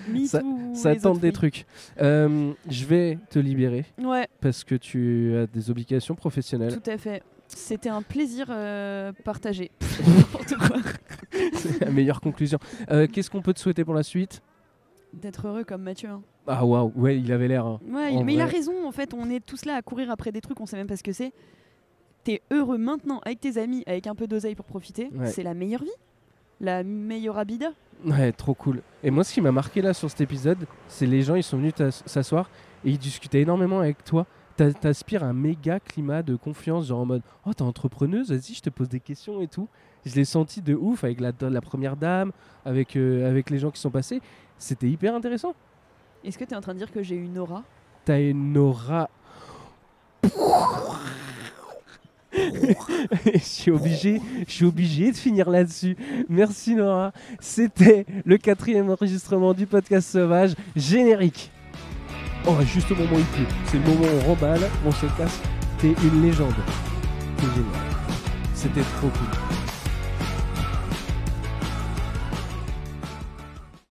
Me
Ça-
too,
ça
les
tente
autres
des
fruits.
trucs. Euh, je vais te libérer.
Ouais,
parce que tu as des obligations
<laughs>
professionnelles.
tout à fait. C'était un plaisir euh,
<laughs>
partagé. Pff, N'importe quoi.
C'est la meilleure conclusion. Euh, Qu'est-ce qu'on peut te souhaiter pour la suite
D'être heureux comme Mathieu. hein.
Ah waouh, ouais, il avait l'air. hein.
Ouais,
En
il- mais il a
vrai.
raison, en fait, on est tous là à courir après des trucs, on sait même pas ce que c'est. T'es heureux maintenant avec tes amis, avec un peu d'oseille pour profiter,
Ouais.
c'est la meilleure vie, la meilleure abida.
Ouais, trop cool. Et moi, ce qui m'a marqué là sur cet épisode, c'est les gens, ils sont venus t'as- s'asseoir et ils discutaient énormément avec toi. T'a- T'aspires un méga climat de confiance, genre en mode Oh, t'es entrepreneuse, vas-y, je te pose des questions et tout. Je l'ai senti de ouf avec la, la première dame, avec, euh, avec les gens qui sont passés. C'était hyper intéressant.
Est-ce que t'es en train de dire que j'ai une aura
T'as une aura. Je suis obligé, je suis obligé de finir là-dessus. Merci Nora. C'était le quatrième enregistrement du podcast sauvage générique. Oh, juste au moment où il pleut. C'est le moment où on remballe, on se casse. T'es une légende. T'es génial. C'était trop cool.